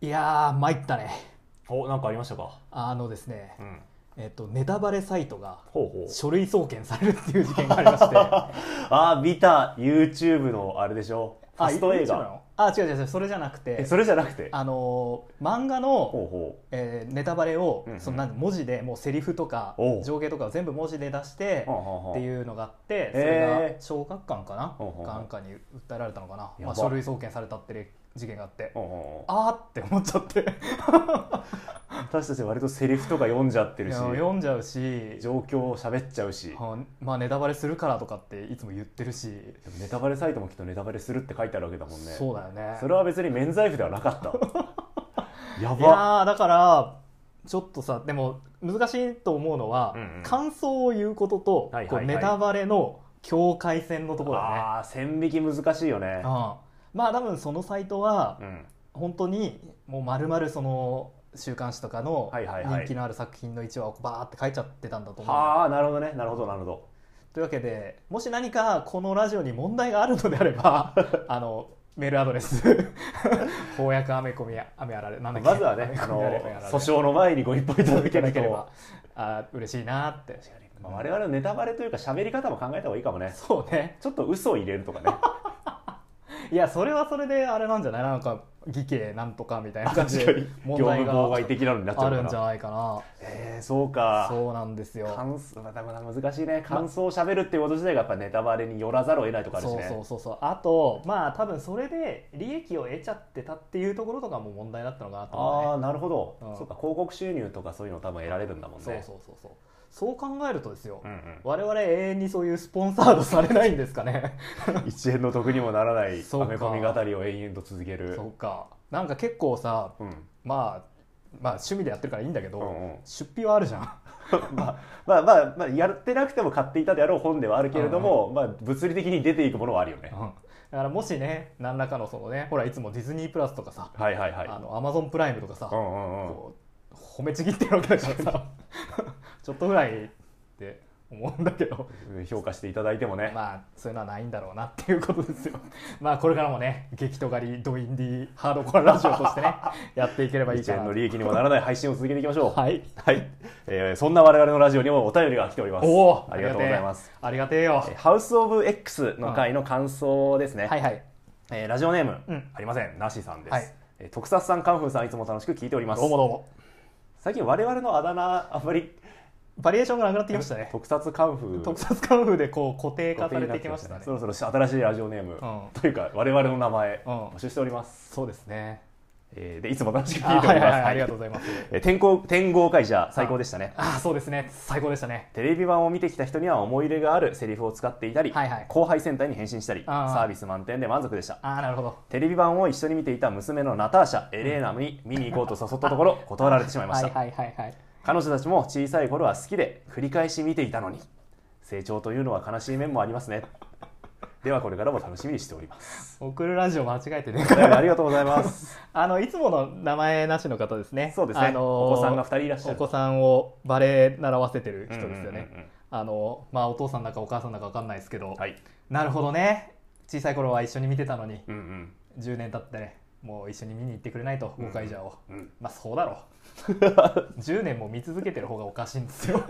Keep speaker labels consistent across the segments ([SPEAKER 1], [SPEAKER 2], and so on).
[SPEAKER 1] いやー参ったね
[SPEAKER 2] おなんかありましたか
[SPEAKER 1] あのですね
[SPEAKER 2] うん
[SPEAKER 1] えっとネタバレサイトが
[SPEAKER 2] ほうほう
[SPEAKER 1] 書類送検されるっていう事件がありまして
[SPEAKER 2] あー見た YouTube のあれでしょフ
[SPEAKER 1] あ
[SPEAKER 2] ァスト映
[SPEAKER 1] YouTube な
[SPEAKER 2] 画
[SPEAKER 1] のあ違う違う違うそれじゃなく
[SPEAKER 2] え
[SPEAKER 1] て
[SPEAKER 2] それじゃなくて
[SPEAKER 1] あのー漫画の、
[SPEAKER 2] ほうほ
[SPEAKER 1] えーネタバレを、
[SPEAKER 2] うんうん
[SPEAKER 1] そのなん文字でもうセリフとか
[SPEAKER 2] おう
[SPEAKER 1] 情景とかを全部文字で出して
[SPEAKER 2] うはんはんはん
[SPEAKER 1] っていうのがあってそれ
[SPEAKER 2] へ
[SPEAKER 1] が小学館かな、
[SPEAKER 2] ほうほうほう
[SPEAKER 1] なんかに訴えられたのかな、ま
[SPEAKER 2] やば
[SPEAKER 1] あ、書類送検されたっていう事件があって
[SPEAKER 2] ほうほう
[SPEAKER 1] あ
[SPEAKER 2] ほ
[SPEAKER 1] ーって思っちゃって
[SPEAKER 2] う私たち割とセリフとか読んじゃって
[SPEAKER 1] い
[SPEAKER 2] るし
[SPEAKER 1] や読んじゃうし
[SPEAKER 2] 状況を喋っちゃうし
[SPEAKER 1] はまあネタバレするからとかっていつも言ってるし、
[SPEAKER 2] ネタバレサイトもきっとネタバレするって書いてあるわけだもんね
[SPEAKER 1] そうだよね
[SPEAKER 2] それは別に免罪符ではなかったや
[SPEAKER 1] い
[SPEAKER 2] ば
[SPEAKER 1] やーだからちょっとさでも難しいと思うのは、
[SPEAKER 2] うんうん
[SPEAKER 1] 感想を言うことと、
[SPEAKER 2] はいはいはい
[SPEAKER 1] こうネタバレの境界線のところだね
[SPEAKER 2] あー線引き難しいよね
[SPEAKER 1] うん、まあ多分そのサイトは
[SPEAKER 2] うん
[SPEAKER 1] 本当にもうまるまるその週刊誌とかの
[SPEAKER 2] はいはいはい
[SPEAKER 1] 人気のある作品の一話をバーって書いちゃってたんだと思う、
[SPEAKER 2] はあなるほどねなるほどなるほど
[SPEAKER 1] というわけでもし何かこのラジオに問題があるのであれば あのメールアドレス翻訳アメコミアメあられなんだっけ
[SPEAKER 2] まずはねあの訴訟の前にご一報いただ
[SPEAKER 1] 届
[SPEAKER 2] け
[SPEAKER 1] け
[SPEAKER 2] な
[SPEAKER 1] なけ
[SPEAKER 2] け
[SPEAKER 1] れ
[SPEAKER 2] れば
[SPEAKER 1] ばあー嬉しいなって
[SPEAKER 2] まあ、我々のネタバレというか喋り方も考えた方がいいかもね
[SPEAKER 1] そうね
[SPEAKER 2] ちょっと嘘を入れるとか ね
[SPEAKER 1] いやそれはそれであれなんじゃないなんか義兄なんとかみたいな感じ
[SPEAKER 2] 確かに
[SPEAKER 1] で
[SPEAKER 2] 業
[SPEAKER 1] 問
[SPEAKER 2] 務
[SPEAKER 1] 題
[SPEAKER 2] 妨
[SPEAKER 1] が
[SPEAKER 2] 害的なのになっちゃ
[SPEAKER 1] あ
[SPEAKER 2] うか
[SPEAKER 1] るんじゃ
[SPEAKER 2] ら
[SPEAKER 1] ないかな
[SPEAKER 2] えー、そうか
[SPEAKER 1] そうなんですよ
[SPEAKER 2] 感想またまた難しいね感想をしゃべるっていうこと自体がやっぱネタバレによらざるを得ないとかあるし
[SPEAKER 1] そう
[SPEAKER 2] ね
[SPEAKER 1] そうそうそうあとまあ多分それで利益を得ちゃってたっていうところとかも問題だったのかなと思うね
[SPEAKER 2] ああなるほど、
[SPEAKER 1] うん
[SPEAKER 2] そうか広告収入とかそういうの多分得られるんだもんね
[SPEAKER 1] そうそうそうそうそう考えるとですよ、
[SPEAKER 2] うんうん
[SPEAKER 1] 我々永遠にそういうスポンサードされないんですかね
[SPEAKER 2] 一円の得にもならない
[SPEAKER 1] そうか
[SPEAKER 2] アメコミ語りを延々と続ける
[SPEAKER 1] そうかなんか結構さ
[SPEAKER 2] うん
[SPEAKER 1] まあまあ趣味でやってるからいいんだけど、
[SPEAKER 2] うん うん
[SPEAKER 1] 出費はあるじゃん
[SPEAKER 2] まあまあまあ、まあ、やってなくても買っていたであろう本ではあるけれども、まあ、物理的に出ていくものはあるよね、
[SPEAKER 1] うんだからもしね何らかのそのねほらいつもディズニープラスとかさ、
[SPEAKER 2] はいはいはい
[SPEAKER 1] あのアマゾンプライムとかさ、
[SPEAKER 2] うんうんうん
[SPEAKER 1] こう褒めちぎってるわけだからさ ちょっとぐらいって思うんだけど
[SPEAKER 2] 評価していただいてもね、
[SPEAKER 1] まあそういうのはないんだろうなっていうことですよ まあこれからもね激とがりドインディハードコアラジオとして ねやっていければいい
[SPEAKER 2] 一
[SPEAKER 1] か
[SPEAKER 2] 円
[SPEAKER 1] な
[SPEAKER 2] の
[SPEAKER 1] と
[SPEAKER 2] 利益にもならない配信を続けていきましょう
[SPEAKER 1] はい
[SPEAKER 2] はいえーそんな我々のラジオにもお便りが来ております
[SPEAKER 1] おお
[SPEAKER 2] ありがとうございます
[SPEAKER 1] ありがてえよ
[SPEAKER 2] えーハウス・オブ・ X の回の感想ですね、
[SPEAKER 1] はいはい
[SPEAKER 2] えーラジオネーム、
[SPEAKER 1] うん
[SPEAKER 2] ありませんなしさんです、
[SPEAKER 1] はい
[SPEAKER 2] えー特撮さんカンフーさんいつも楽しく聞いております
[SPEAKER 1] どうもどうも
[SPEAKER 2] 最近我々のあだ名あんまり
[SPEAKER 1] バリエーションがなくなってきましたね
[SPEAKER 2] 特撮カンフー
[SPEAKER 1] 特撮カンフーでこう固定化
[SPEAKER 2] 固定
[SPEAKER 1] され
[SPEAKER 2] になって
[SPEAKER 1] きましたね
[SPEAKER 2] そろそろ新しいラジオネーム、
[SPEAKER 1] ん
[SPEAKER 2] というか我々の名前、
[SPEAKER 1] うん
[SPEAKER 2] 募集しております、
[SPEAKER 1] そうですね
[SPEAKER 2] えーでいつも楽しく
[SPEAKER 1] あ
[SPEAKER 2] 聞いてお
[SPEAKER 1] はい
[SPEAKER 2] ります
[SPEAKER 1] はいはいありがとう
[SPEAKER 2] う
[SPEAKER 1] ございます
[SPEAKER 2] 天候天候会社最高でしたね、
[SPEAKER 1] あそうですね最高でしたね
[SPEAKER 2] テレビ版を見てきた人には思い入れがあるセリフを使っていたり、
[SPEAKER 1] はいはい
[SPEAKER 2] 後輩センターに返信したり
[SPEAKER 1] あー
[SPEAKER 2] サービス満点で満足でした
[SPEAKER 1] ああなるほど
[SPEAKER 2] テレビ版を一緒に見ていた娘のナターシャエレーナに見に行こうと誘った ところ断られてしまいまし
[SPEAKER 1] はい
[SPEAKER 2] た、
[SPEAKER 1] はいはいはい
[SPEAKER 2] 彼女たちも小さい頃は好きで繰り返し見ていたのに成長というのは悲しい面もありますねではこれからも楽しみにしております
[SPEAKER 1] 送るラジオ間違えてね
[SPEAKER 2] お便りありがとうございます
[SPEAKER 1] あのいつもの名前なしの方ですね。
[SPEAKER 2] そうですね
[SPEAKER 1] あのー
[SPEAKER 2] お子さんが二人いらっしゃる
[SPEAKER 1] お子さんをバレエ習わせてる人ですよね。
[SPEAKER 2] うんうんうんうん
[SPEAKER 1] あのまあお父さんだかお母さんだかわかんないですけど、
[SPEAKER 2] はい
[SPEAKER 1] なるほどね。小さい頃は一緒に見てたのに、
[SPEAKER 2] うん
[SPEAKER 1] 10年経ってね、もう一緒に見に行ってくれないと誤解じゃを。
[SPEAKER 2] うんうん
[SPEAKER 1] まあそうだろ う。10年も見続けてる方がおかしいんですよ。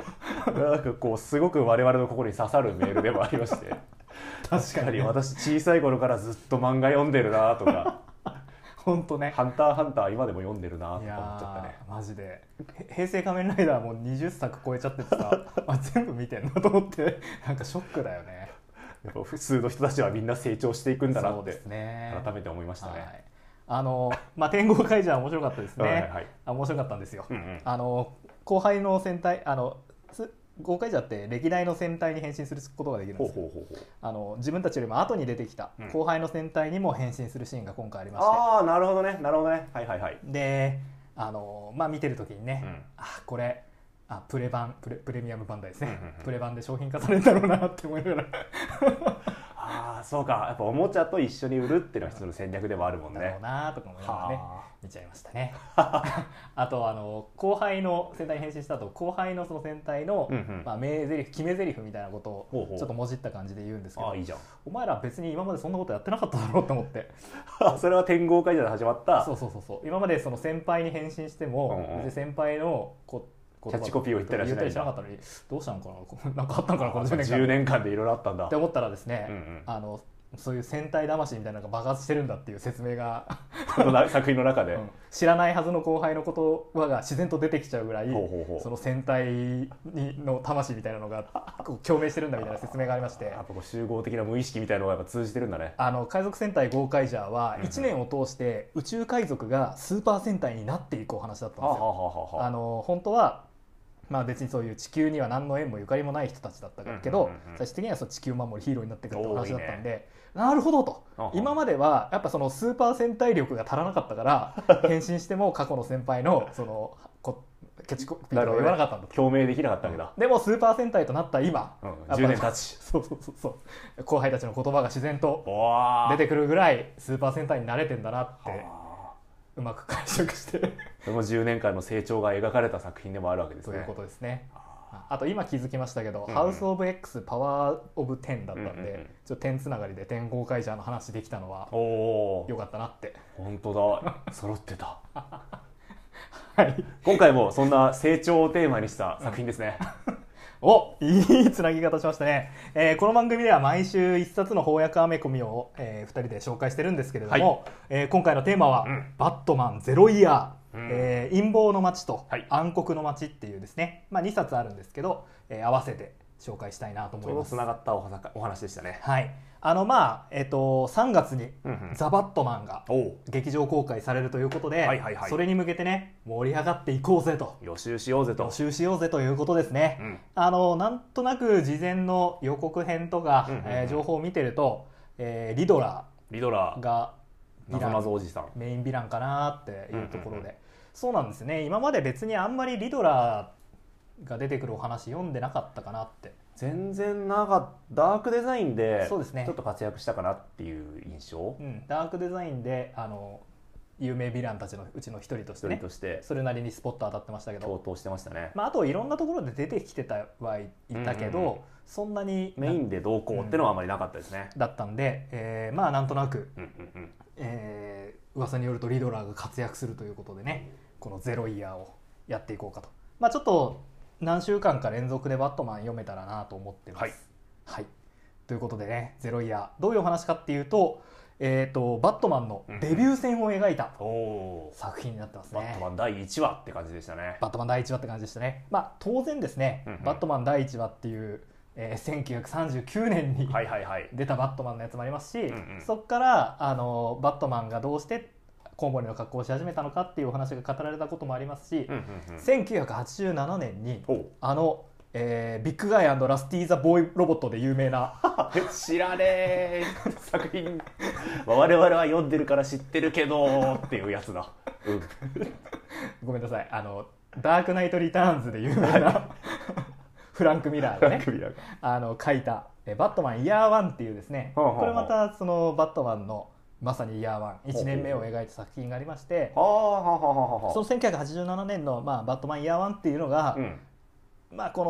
[SPEAKER 2] なんかこうすごく我々の心に刺さるメールでもありまして
[SPEAKER 1] 確
[SPEAKER 2] やはり
[SPEAKER 1] ね。
[SPEAKER 2] 私小さい頃からずっと漫画読んでるな とか
[SPEAKER 1] 本当
[SPEAKER 2] 「
[SPEAKER 1] ね。
[SPEAKER 2] ハンターハンター」今でも読んでるなと
[SPEAKER 1] い
[SPEAKER 2] か思っちゃった
[SPEAKER 1] や
[SPEAKER 2] ね
[SPEAKER 1] ーマジでへ平成仮面ライダーもう20作超えちゃっててさ あ全部見てんなと思ってなんかショックだよね
[SPEAKER 2] やっぱ普通の人たちはみんな成長していくんだな
[SPEAKER 1] そう
[SPEAKER 2] っ
[SPEAKER 1] で
[SPEAKER 2] て
[SPEAKER 1] すね
[SPEAKER 2] 改めて思いました
[SPEAKER 1] は
[SPEAKER 2] ね。
[SPEAKER 1] い、あのまあ天狗会じゃ面白かったですね、
[SPEAKER 2] はいはい
[SPEAKER 1] あ面白かったんですよ、
[SPEAKER 2] うんうん
[SPEAKER 1] あの後輩の戦隊あのす豪快じゃって歴代の戦隊に変身することができるん
[SPEAKER 2] ほ
[SPEAKER 1] で
[SPEAKER 2] う
[SPEAKER 1] すよ
[SPEAKER 2] ほうほうほう
[SPEAKER 1] あの自分たちよりも後に出てきた
[SPEAKER 2] うん
[SPEAKER 1] 後輩の戦隊にも変身するシーンが今回ありまして、
[SPEAKER 2] ああなるほどねなるほどねはいはいはい、
[SPEAKER 1] であの、まあ、見てる時にね、
[SPEAKER 2] うん
[SPEAKER 1] あこれあプレ版プレプレミアム版だですね、
[SPEAKER 2] うんうんうん
[SPEAKER 1] プレ版で商品化されるんだろうなって思いながら
[SPEAKER 2] ああそうかやっぱおもちゃと一緒に売るっていうのは一つの戦略でもあるもん
[SPEAKER 1] だろ
[SPEAKER 2] ね
[SPEAKER 1] うなとか思いながらね
[SPEAKER 2] は
[SPEAKER 1] 見ちゃいましたね あとあの後輩の戦隊に変身した後後輩のその戦隊の、
[SPEAKER 2] うんうん
[SPEAKER 1] まあ、名台詞決め台詞みたいなこと
[SPEAKER 2] ほう
[SPEAKER 1] を
[SPEAKER 2] ほう
[SPEAKER 1] ちょっともじった感じで言うんですけ
[SPEAKER 2] あ
[SPEAKER 1] ど
[SPEAKER 2] あいいじゃん
[SPEAKER 1] お前ら別に今までそんなことやってなかっただろうと思って
[SPEAKER 2] それは天豪会社で始まった
[SPEAKER 1] そうそうそうそう今までその先輩に返信しても、
[SPEAKER 2] うんうん
[SPEAKER 1] 別に先輩のこ言葉
[SPEAKER 2] キャッチコピーを言ったりはしないんだ
[SPEAKER 1] 言っなかったのにどうしたのかなこうなんかあ ったのかなこの10年間
[SPEAKER 2] 10年間でいろいろあったんだ
[SPEAKER 1] って思ったらですね、
[SPEAKER 2] うんうん
[SPEAKER 1] あのそういう戦隊魂みたいなのが爆発してるんだっていう説明が、
[SPEAKER 2] このな作品の中で、
[SPEAKER 1] うん知らないはずの後輩の言葉が自然と出てきちゃうぐらい
[SPEAKER 2] ほうほうほう
[SPEAKER 1] その戦隊にの魂みたいなの がこう共鳴してるんだみたいな説明がありまして
[SPEAKER 2] やっぱこう集合的な無意識みたいなのがやっぱ通じてるんだね
[SPEAKER 1] あの海賊戦隊ゴーカイジャーは
[SPEAKER 2] うんうん
[SPEAKER 1] 1年を通して宇宙海賊がスーパー戦隊になっていくお話だったん
[SPEAKER 2] はあ
[SPEAKER 1] です
[SPEAKER 2] は
[SPEAKER 1] よ。
[SPEAKER 2] あはあはあ
[SPEAKER 1] あの本当はまあ別にそういう地球には何の縁もゆかりもない人たちだったけど、
[SPEAKER 2] うんうんうんうん
[SPEAKER 1] 最終的にはその地球を守るヒーローになってくるってお話だったんで、
[SPEAKER 2] お
[SPEAKER 1] なるほどと
[SPEAKER 2] ああ
[SPEAKER 1] 今まではやっぱそのスーパー戦隊力が足らなかった から変身しても過去の先輩のそのこキャッチコピーとか言わなかったんだと、
[SPEAKER 2] 共鳴できなかったわけだ、
[SPEAKER 1] でもスーパー戦隊となった今、
[SPEAKER 2] うん、
[SPEAKER 1] やっぱ
[SPEAKER 2] 10年 経ち
[SPEAKER 1] そうそうそうそう後輩たちの言葉が自然と
[SPEAKER 2] お
[SPEAKER 1] 出
[SPEAKER 2] ー
[SPEAKER 1] てくるぐらいスーパー戦隊に慣れてんだなって
[SPEAKER 2] はあ
[SPEAKER 1] うまく解釈して
[SPEAKER 2] その10年間の成長が描かれた作品でもあるわけです
[SPEAKER 1] と
[SPEAKER 2] ね
[SPEAKER 1] いうことですね。
[SPEAKER 2] あ
[SPEAKER 1] ああと今気づきましたけど「
[SPEAKER 2] うん
[SPEAKER 1] ハウス・オブ・ X パワー・オブ・10」だったん
[SPEAKER 2] うんうんうん
[SPEAKER 1] でちょっと点つながりで天豪会社の話できたのは
[SPEAKER 2] ーお
[SPEAKER 1] 良
[SPEAKER 2] お
[SPEAKER 1] かったなって
[SPEAKER 2] 本当だ揃ってた
[SPEAKER 1] はい
[SPEAKER 2] 今回もそんな成長をテーマにした作品ですね、
[SPEAKER 1] おいいつなぎ方しましたね、えーこの番組では毎週一冊の翻訳アメコミを、え2人で紹介してるんですけれども、えー今回のテーマは「
[SPEAKER 2] うん
[SPEAKER 1] バットマンゼロイヤー」
[SPEAKER 2] うん
[SPEAKER 1] えー陰謀の街と
[SPEAKER 2] はい
[SPEAKER 1] 暗黒の街」っていうですね、まあ、2冊あるんですけど、えー合わせて紹介したいなと
[SPEAKER 2] ち
[SPEAKER 1] 思
[SPEAKER 2] ょ
[SPEAKER 1] いう
[SPEAKER 2] ど
[SPEAKER 1] ま
[SPEAKER 2] つ
[SPEAKER 1] す。
[SPEAKER 2] ながったお話お話でしたね、
[SPEAKER 1] はいあのまあえっ、と3月に
[SPEAKER 2] うんう
[SPEAKER 1] 「
[SPEAKER 2] ん
[SPEAKER 1] ザ・バットマン」が
[SPEAKER 2] おお
[SPEAKER 1] 劇場公開されるということで、
[SPEAKER 2] はいはいはい
[SPEAKER 1] それに向けてね盛り上がっていこうぜと
[SPEAKER 2] 予習しようぜと
[SPEAKER 1] 募集しようぜということですね、
[SPEAKER 2] うん
[SPEAKER 1] あのなんとなく事前の予告編とか、
[SPEAKER 2] うんうんうん
[SPEAKER 1] えー情報を見てると、えーリドラ
[SPEAKER 2] リドラ
[SPEAKER 1] ーがヴ
[SPEAKER 2] な
[SPEAKER 1] ィ
[SPEAKER 2] ぞ
[SPEAKER 1] ラ
[SPEAKER 2] な
[SPEAKER 1] ン
[SPEAKER 2] ぞおじさん
[SPEAKER 1] メインヴィランかなっていうところで、
[SPEAKER 2] うんうんうん
[SPEAKER 1] そうなんですね今まで別にあんまりリドラーが出てくるお話読んでなかったかなって
[SPEAKER 2] 全然なんかダークデザインで
[SPEAKER 1] そうですね
[SPEAKER 2] ちょっと活躍したかなっていう印象
[SPEAKER 1] うん、ダークデザインであの有名ヴィランたちのうちの一人とし
[SPEAKER 2] 一
[SPEAKER 1] て
[SPEAKER 2] 人
[SPEAKER 1] ね
[SPEAKER 2] として
[SPEAKER 1] それなりにスポット当たってましたけど
[SPEAKER 2] 共闘してましたね、
[SPEAKER 1] まあ、あといろんなところで出てきてたはいたけど、
[SPEAKER 2] うんうんうん
[SPEAKER 1] そんなに
[SPEAKER 2] メインで同行ってのはあまりなかったですね、
[SPEAKER 1] だったんで、えーまあなんとなく、
[SPEAKER 2] うんうんうん
[SPEAKER 1] えー噂によるとリドラーが活躍するということでねこの「ゼロイヤー」をやっていこうかと、まあ、ちょっと何週間か連続で「バットマン」読めたらなと思ってます。
[SPEAKER 2] はい
[SPEAKER 1] はいということでね「ゼロイヤー」どういうお話かっていうと,、えー、とバットマンのデビュー戦を描いた
[SPEAKER 2] おお
[SPEAKER 1] 作品になってます
[SPEAKER 2] バ
[SPEAKER 1] ね。
[SPEAKER 2] ットマン第1話って感じでしたね
[SPEAKER 1] バットマン第1話って感じでしたね、まあ、当然ですね、
[SPEAKER 2] うんうん
[SPEAKER 1] バットマン第1話っていう、えー1939年に
[SPEAKER 2] はいはいはい
[SPEAKER 1] 出たバットマンのやつもありますし、
[SPEAKER 2] んうん
[SPEAKER 1] そこからあのバットマンがどうしてコウモリの格好をし始めたのかっていうお話が語られたこともありますし、
[SPEAKER 2] うんうんうん
[SPEAKER 1] 1987年に
[SPEAKER 2] おう
[SPEAKER 1] あの、えービッグガイラスティー・ザ・ボーイ・ロボットで有名な
[SPEAKER 2] 知らねえ作品まあ我々は読んでるから知ってるけどっていうや つだ、うん、
[SPEAKER 1] ごめんなさいあのダークナイト・リターンズで有名な フランク・ミラーがね
[SPEAKER 2] クビラが
[SPEAKER 1] あの書いた「えバットマンイヤーワンっていうですね
[SPEAKER 2] ほうほうほう
[SPEAKER 1] これまたそのバットマンのまさにイヤーワン
[SPEAKER 2] ほう
[SPEAKER 1] 1年目を描いた作品がありまして
[SPEAKER 2] はあはあはあはあはあ
[SPEAKER 1] その1987年の、まあ、バットマンイヤーワンっていうのが、
[SPEAKER 2] うん
[SPEAKER 1] まあ、こ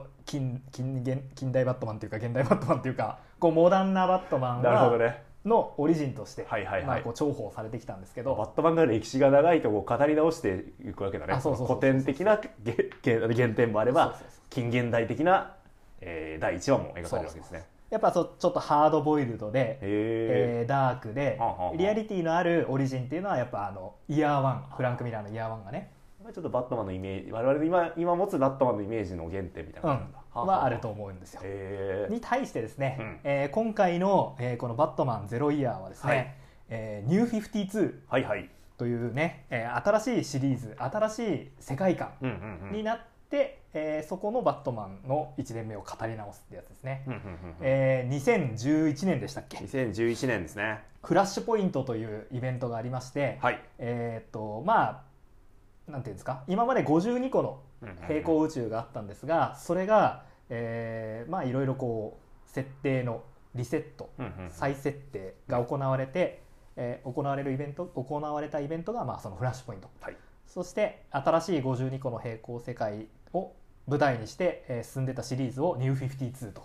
[SPEAKER 1] の近近現近代バットマンというか現代バットマンというかこうモダンなバットマン
[SPEAKER 2] なるほど
[SPEAKER 1] が
[SPEAKER 2] ね
[SPEAKER 1] のオリジンとして
[SPEAKER 2] はいはいはい
[SPEAKER 1] まあこう重宝されてきたんですけ
[SPEAKER 2] バ
[SPEAKER 1] ど
[SPEAKER 2] ットマンが歴史が長いとこう語り直していくわけだね
[SPEAKER 1] あそうそうそう
[SPEAKER 2] 古典的なげげ原点もあれば
[SPEAKER 1] そうそうそう
[SPEAKER 2] 近現代的な、えー第1話も描かれるわけですね
[SPEAKER 1] やっぱそうちょっとハードボイルドで、
[SPEAKER 2] へえ
[SPEAKER 1] えーダークで
[SPEAKER 2] はあはあはあ
[SPEAKER 1] リアリティのあるオリジンっていうのはやっぱあのイヤーワンフランク・ミラーのイヤーワンがね
[SPEAKER 2] ちょっとバットマンのイメージ我々の今今持つバットマンのイメージの原点みたいな
[SPEAKER 1] う
[SPEAKER 2] 感じなん
[SPEAKER 1] ん
[SPEAKER 2] だ、
[SPEAKER 1] はあると思うんですよ。
[SPEAKER 2] へえ
[SPEAKER 1] に対してですね、
[SPEAKER 2] うん
[SPEAKER 1] えー今回の、えーこの「バットマンゼロイヤー」はですね、
[SPEAKER 2] はい
[SPEAKER 1] えーニュー52
[SPEAKER 2] はいはい
[SPEAKER 1] というね、えー新しいシリーズ新しい世界観
[SPEAKER 2] うんうんうん
[SPEAKER 1] になって、えーそこのバットマンの1年目を語り直すってやつですね、
[SPEAKER 2] うんうんうんうん
[SPEAKER 1] えー2011年でしたっけ
[SPEAKER 2] 2011年ですね
[SPEAKER 1] フラッシュポイントというイベントがありまして、
[SPEAKER 2] はい
[SPEAKER 1] えーっとまあなんていうんですか今まで52個の平行宇宙があったんですがそれが、えーまあいろいろこう設定のリセット
[SPEAKER 2] うんうん
[SPEAKER 1] 再設定が行われて、えー行われるイベント行われたイベントが、まあ、そのフラッシュポイント、
[SPEAKER 2] はい
[SPEAKER 1] そして新しい52個の平行世界を舞台にして、えー進んでたシリーズを「ニュー52」と、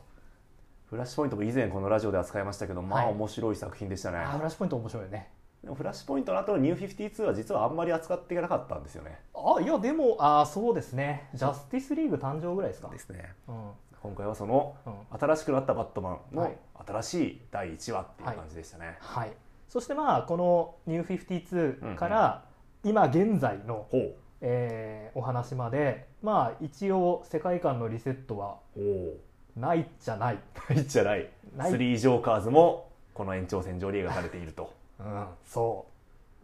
[SPEAKER 2] フラッシュポイントも以前このラジオで扱いましたけど、まあ
[SPEAKER 1] はい
[SPEAKER 2] 面白い作品でしたね。
[SPEAKER 1] あーフラッシュポイント面白いよね
[SPEAKER 2] でもフラッシュポイントの後のニュー52は実はあんまり扱っていかなかったんですよね。
[SPEAKER 1] あいやでもあーそうですねジャスティスリーグ誕生ぐらいですか
[SPEAKER 2] すね。
[SPEAKER 1] うんうん
[SPEAKER 2] 今回はその新しくなったバットマン
[SPEAKER 1] は
[SPEAKER 2] の
[SPEAKER 1] い
[SPEAKER 2] 新しい第1話っていう感じでしたね。
[SPEAKER 1] はいそしてまあこの「ニュー
[SPEAKER 2] うんう
[SPEAKER 1] 52」
[SPEAKER 2] ん
[SPEAKER 1] から今現在の、
[SPEAKER 2] ほう。
[SPEAKER 1] えーお話までまあ一応世界観のリセットは
[SPEAKER 2] おお。
[SPEAKER 1] ないじゃない、
[SPEAKER 2] ないじゃない。
[SPEAKER 1] ない
[SPEAKER 2] スリージョーカーズもこの延長線上に描かれてい ると。
[SPEAKER 1] うん、そ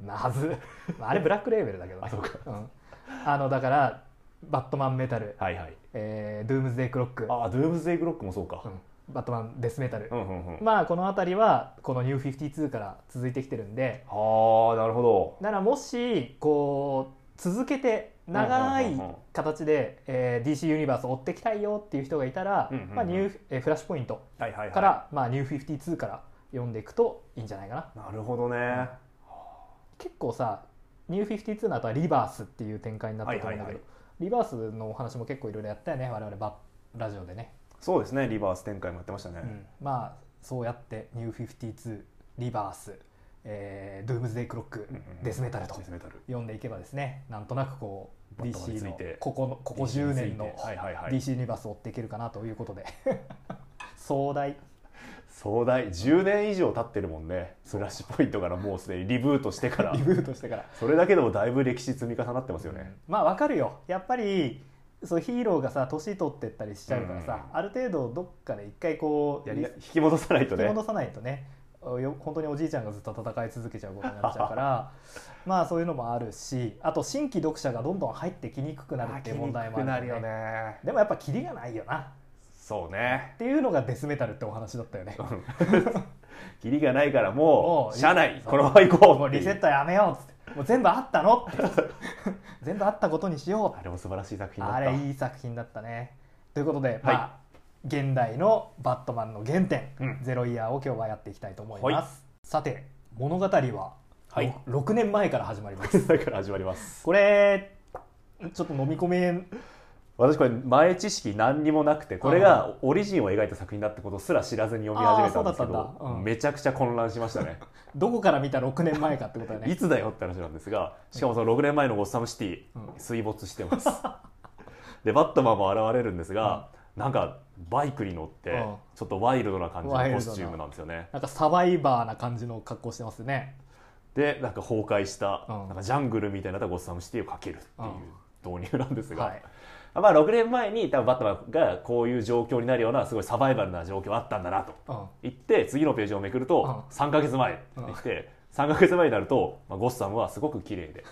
[SPEAKER 1] うなはずまああれブラックレーベルだけど、
[SPEAKER 2] あ、
[SPEAKER 1] ね
[SPEAKER 2] そうか。
[SPEAKER 1] うん、あのだからバットマンメタル、
[SPEAKER 2] はいはい。
[SPEAKER 1] えードゥームズデイクロック、
[SPEAKER 2] ああ、ドゥームズデイ・グロックもそうか
[SPEAKER 1] う。ん、バットマンデスメタル、
[SPEAKER 2] うんうんうん。
[SPEAKER 1] まあこの辺りはこのニュー52から続いてきてるんで
[SPEAKER 2] ああ、なるほど。
[SPEAKER 1] ならもしこう続けて長
[SPEAKER 2] うん
[SPEAKER 1] い
[SPEAKER 2] うんうんうん
[SPEAKER 1] 形で、えー DC ユニバースを追っていきたいよっていう人がいたら、
[SPEAKER 2] うんうんうん
[SPEAKER 1] まあ、ニューえーフラッシュポイント
[SPEAKER 2] はいはいはい。
[SPEAKER 1] から、まあ、ニュー52から読んでいくといいんじゃないかな
[SPEAKER 2] なるほどね。
[SPEAKER 1] 結構さニュー52の後はリバースっていう展開になったと思うんだ
[SPEAKER 2] はい
[SPEAKER 1] け
[SPEAKER 2] はい
[SPEAKER 1] ど、
[SPEAKER 2] はい
[SPEAKER 1] リバースのお話も結構いろいろやったよね我々バラジオでね、
[SPEAKER 2] そうですね。リバース展開もやってましたね。
[SPEAKER 1] うんまあそうやってニュー52リバース、えードゥームズデイクロック、
[SPEAKER 2] うんうんうん
[SPEAKER 1] デスメタルと
[SPEAKER 2] デスメタル。
[SPEAKER 1] 読んでいけばですねなんとなくこう
[SPEAKER 2] バットマンに
[SPEAKER 1] DC
[SPEAKER 2] つい
[SPEAKER 1] の
[SPEAKER 2] て
[SPEAKER 1] ここのここ10年の
[SPEAKER 2] はいはいはい
[SPEAKER 1] DC ユニバースを追っていけるかなという ことで壮大
[SPEAKER 2] 壮大10年以上経ってるもんねスラッシュポイントからもうすでにリブートしてから
[SPEAKER 1] リブートしてから
[SPEAKER 2] それだけでもだいぶ歴史積み重なってますよね、
[SPEAKER 1] うんまあわかるよやっぱりそうヒーローがさ年取ってったりしちゃうから
[SPEAKER 2] うん
[SPEAKER 1] さ
[SPEAKER 2] う、ん
[SPEAKER 1] ある程度どっかで一回こう
[SPEAKER 2] やりな
[SPEAKER 1] リ
[SPEAKER 2] 引き戻さないと
[SPEAKER 1] 引き
[SPEAKER 2] ね
[SPEAKER 1] 戻さないとねおよ本当におじいちゃんがずっと戦い続けちゃうことになっちゃうから まあそういうのもあるしあと新規読者がどんどん入ってきにくくなるっていう問題もある,、
[SPEAKER 2] ね
[SPEAKER 1] でもやっぱキリがないよな
[SPEAKER 2] そ うね
[SPEAKER 1] っていうのがデスメタルってお話だったよね
[SPEAKER 2] キリがないからも
[SPEAKER 1] も
[SPEAKER 2] う
[SPEAKER 1] う
[SPEAKER 2] 社内
[SPEAKER 1] そう
[SPEAKER 2] このまま行こう
[SPEAKER 1] もうリセッ
[SPEAKER 2] ト
[SPEAKER 1] トやめようっつってもう全部あったのって 全部あったことにしよう
[SPEAKER 2] あれも素晴らしい作品だった
[SPEAKER 1] あれいい作品だったね。ということで、ま
[SPEAKER 2] は
[SPEAKER 1] あ、現代のバットマンの原点、
[SPEAKER 2] うん
[SPEAKER 1] ゼロイヤーを今日はやっていきたいと思い
[SPEAKER 2] は
[SPEAKER 1] ま
[SPEAKER 2] い
[SPEAKER 1] す。さて、物語は、
[SPEAKER 2] はい
[SPEAKER 1] ろ6年前から始まります。
[SPEAKER 2] だから始まりま す
[SPEAKER 1] これ、ちょっと飲み込め、
[SPEAKER 2] 私これ前知識何にもなくてこれがオリジンを描いた作品だってことすら知らずに読み始めたんですけ
[SPEAKER 1] あーそうだったん
[SPEAKER 2] ど、
[SPEAKER 1] だうん
[SPEAKER 2] めちゃくちゃ混乱しましたね
[SPEAKER 1] どこから見た6年前かってことだ
[SPEAKER 2] い
[SPEAKER 1] ね。
[SPEAKER 2] つだよって話なんですがしかもその6年前のゴッサムシティ、
[SPEAKER 1] うん
[SPEAKER 2] 水没してますでバットマンも現れるんですが、なんかバイクに乗って、
[SPEAKER 1] うん
[SPEAKER 2] ちょっとワイルドな感じ
[SPEAKER 1] ワイ
[SPEAKER 2] の
[SPEAKER 1] ルド
[SPEAKER 2] コ
[SPEAKER 1] な
[SPEAKER 2] スチュームなんですよね
[SPEAKER 1] なんかサバイバーな感じの格好してますね。
[SPEAKER 2] でなんか崩壊した、
[SPEAKER 1] うん
[SPEAKER 2] なんかジャングルみたいなゴッサムシティをかけるっていう導入なんですが、
[SPEAKER 1] はい。
[SPEAKER 2] まあ、6年前に多分バットマンがこういう状況になるようなすごいサバイバルな状況あったんだなと
[SPEAKER 1] うん。
[SPEAKER 2] 言って次のページをめくると
[SPEAKER 1] う
[SPEAKER 2] 3か月前ってきて3か月前になると、まあ、ゴッサムはすごく綺麗で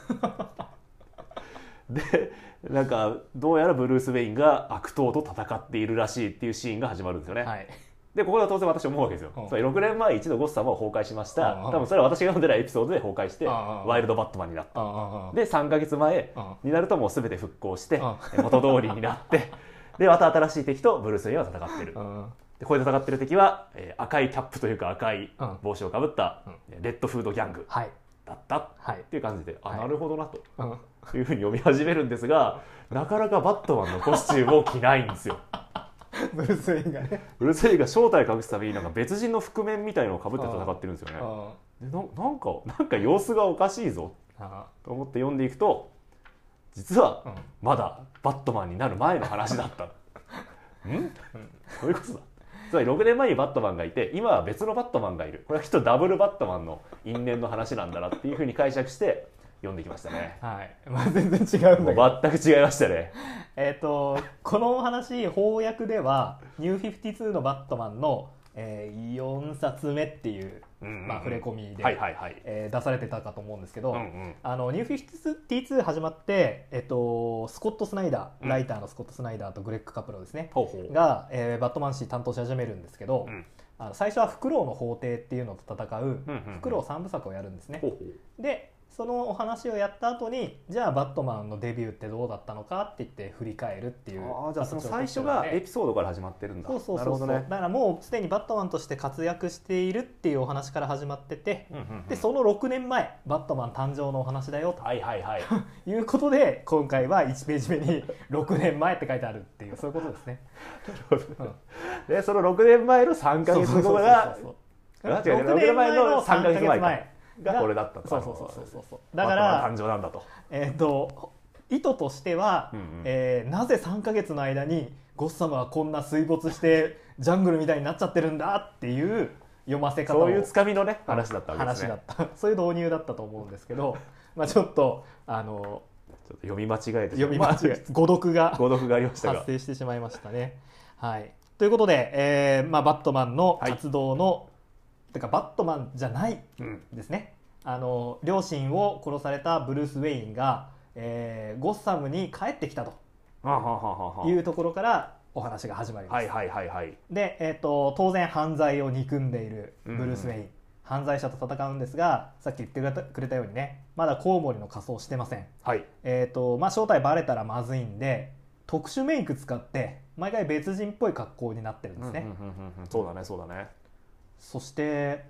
[SPEAKER 2] でなんかどうやらブルース・ウェインが悪党と戦っているらしいっていうシーンが始まるんですよね、
[SPEAKER 1] はい。
[SPEAKER 2] でここで当然私思うわけですよ、
[SPEAKER 1] うん
[SPEAKER 2] つまり6年前一度ゴッサムは崩壊しました、
[SPEAKER 1] うんうん
[SPEAKER 2] 多分それは私が読んでないエピソードで崩壊して、
[SPEAKER 1] うんうん
[SPEAKER 2] ワイルド・バットマンになった、
[SPEAKER 1] うんうんうん
[SPEAKER 2] で3か月前
[SPEAKER 1] うん
[SPEAKER 2] になるともう全て復興して、
[SPEAKER 1] う
[SPEAKER 2] 元通りになってでまた新しい敵とブルース・ウェインは戦ってる、
[SPEAKER 1] うん
[SPEAKER 2] でここで戦ってる敵は、えー赤いキャップというか赤い
[SPEAKER 1] うん
[SPEAKER 2] 帽子をかぶった、
[SPEAKER 1] うん
[SPEAKER 2] えーレッドフードギャング
[SPEAKER 1] はい。
[SPEAKER 2] だったっ
[SPEAKER 1] はい。
[SPEAKER 2] ていう感じで、
[SPEAKER 1] はい
[SPEAKER 2] あなるほどなと
[SPEAKER 1] うん
[SPEAKER 2] いうふうに読み始めるんですがなかなかバットマンのコスチュームを着ないんで すよ。
[SPEAKER 1] ブルース・ウェインがね。
[SPEAKER 2] ブルース・ウェインが正体を隠すためになんか別人の覆面みたいのをかぶって戦ってるんです
[SPEAKER 1] う
[SPEAKER 2] よね。
[SPEAKER 1] ん
[SPEAKER 2] でななんかなんか様子がおかしいぞ
[SPEAKER 1] あ
[SPEAKER 2] と思って読んでいくと実は
[SPEAKER 1] うん
[SPEAKER 2] まだバットマンになる前の話だ った。んそういうことだ。つまり6年前にバットマンがいて今は別のバットマンがいるこれはきっとダブルバットマンの因縁の話なんだなっていうふうに解釈して読んできましたね
[SPEAKER 1] はい。まあ全然違うんだけ
[SPEAKER 2] もう
[SPEAKER 1] ど。
[SPEAKER 2] 全く違いましたね
[SPEAKER 1] えっ、とこのお話翻訳では「ニュー52のバットマンの」えー、4冊目っていう、
[SPEAKER 2] うんうんうん
[SPEAKER 1] まあ、触れ込みで、
[SPEAKER 2] はいはいはい
[SPEAKER 1] えー出されてたかと思うんですけど、
[SPEAKER 2] うんうん
[SPEAKER 1] あのニュー52始まって、えっとスコット・スナイダー、
[SPEAKER 2] うん
[SPEAKER 1] ライターのスコット・スナイダーとグレッグ・カプロですね、
[SPEAKER 2] ほうほう
[SPEAKER 1] が、えーバットマン誌担当し始めるんですけど、
[SPEAKER 2] うん
[SPEAKER 1] あの最初はフクロウの法廷っていうのと戦う、
[SPEAKER 2] うんうんうん
[SPEAKER 1] フクロウ三部作をやるんですね
[SPEAKER 2] ほうほう
[SPEAKER 1] で、そのお話をやった後にじゃあバットマンのデビューってどうだったのかって言って振り返るっていう
[SPEAKER 2] ああじゃあその
[SPEAKER 1] 形を取
[SPEAKER 2] 最
[SPEAKER 1] って
[SPEAKER 2] 初
[SPEAKER 1] るの
[SPEAKER 2] が
[SPEAKER 1] で
[SPEAKER 2] エピソードから始まってるんだ
[SPEAKER 1] そうそう
[SPEAKER 2] な
[SPEAKER 1] そ
[SPEAKER 2] る
[SPEAKER 1] う
[SPEAKER 2] ほ
[SPEAKER 1] そ
[SPEAKER 2] ど
[SPEAKER 1] う、
[SPEAKER 2] ね
[SPEAKER 1] だからもうすでにバットマンとして活躍しているっていうお話から始まってて
[SPEAKER 2] うんうんうん
[SPEAKER 1] でその6年前バットマン誕生のお話だよと
[SPEAKER 2] はいはいはい
[SPEAKER 1] いうことで今回は1ページ目に6年前って書いてあるっていうそういうことですね。
[SPEAKER 2] でその6年前の3か月後が
[SPEAKER 1] そうそう
[SPEAKER 2] あ
[SPEAKER 1] そ
[SPEAKER 2] 違
[SPEAKER 1] う
[SPEAKER 2] う
[SPEAKER 1] そう6
[SPEAKER 2] 違う6
[SPEAKER 1] 年
[SPEAKER 2] 年
[SPEAKER 1] 前
[SPEAKER 2] 前
[SPEAKER 1] の
[SPEAKER 2] の
[SPEAKER 1] 3
[SPEAKER 2] 3
[SPEAKER 1] ヶ
[SPEAKER 2] ヶ
[SPEAKER 1] 月
[SPEAKER 2] 月
[SPEAKER 1] 前
[SPEAKER 2] 前
[SPEAKER 1] か
[SPEAKER 2] がこれだったと
[SPEAKER 1] そうそうそうそうそうそうだ
[SPEAKER 2] だ
[SPEAKER 1] か
[SPEAKER 2] からら誕生なんだと
[SPEAKER 1] えっと意図としては、
[SPEAKER 2] うんうん
[SPEAKER 1] えーなぜ3か月の間にゴッサムはこんな水没してジャングルみたいになっちゃってるんだっていう読ませ方
[SPEAKER 2] そういう
[SPEAKER 1] を
[SPEAKER 2] つかみのね話だったわけです
[SPEAKER 1] 話
[SPEAKER 2] ね
[SPEAKER 1] だったそういう導入だったと思うんですけど、まあ、ちょっとあの
[SPEAKER 2] ちょっと読み間違えて
[SPEAKER 1] 読み間違え
[SPEAKER 2] え
[SPEAKER 1] 誤読が
[SPEAKER 2] 誤読がありました
[SPEAKER 1] 発
[SPEAKER 2] が
[SPEAKER 1] 生してしまいましたね。はい、ということで、えーまあ、バットマンの活動の、てかバットマンじゃない
[SPEAKER 2] うん
[SPEAKER 1] ですねあの両親を殺されたブルース・ウェインが、えーゴッサムに帰ってきたと
[SPEAKER 2] はあはあはあはあ
[SPEAKER 1] いうところからお話が始まります。
[SPEAKER 2] はいはいはいはい
[SPEAKER 1] で、えー、と当然犯罪を憎んでいるブルース・ウェイン、
[SPEAKER 2] うん
[SPEAKER 1] 犯罪者と戦うんですがさっき言ってくれたくれたようにねまだコウモリの仮装してません。
[SPEAKER 2] はい
[SPEAKER 1] えーとまあ、正体バレたらまずいんで特殊メイク使って毎回別人っぽい格好になってるんですね、
[SPEAKER 2] うんうんうんうんうんそうだねそうだね
[SPEAKER 1] そして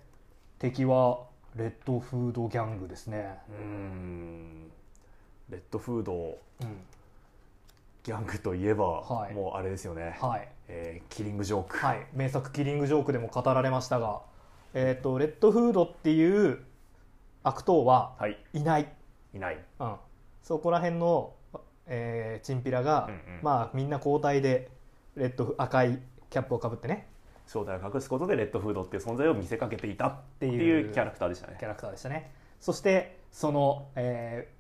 [SPEAKER 1] 敵はレッドフードギャングですね、
[SPEAKER 2] うーんレッドフード
[SPEAKER 1] うん、
[SPEAKER 2] ギャングといえば、
[SPEAKER 1] はい
[SPEAKER 2] もうあれですよね、
[SPEAKER 1] はい、
[SPEAKER 2] えーキリングジョーク、
[SPEAKER 1] はい、名作「キリング・ジョーク」でも語られましたが、えー、とレッドフードっていう悪党は
[SPEAKER 2] はい、
[SPEAKER 1] いない、
[SPEAKER 2] いない、
[SPEAKER 1] うん、そこら辺の、えーチンピラが、
[SPEAKER 2] うんうん
[SPEAKER 1] まあ、みんな交代でレッドフ赤いキャップをかぶってね
[SPEAKER 2] 正体を隠すことでレッドフードっていう存在を見せかけていたって
[SPEAKER 1] ってい
[SPEAKER 2] いううキャラクターでしたね
[SPEAKER 1] キャラクターでしたねそしてその、えー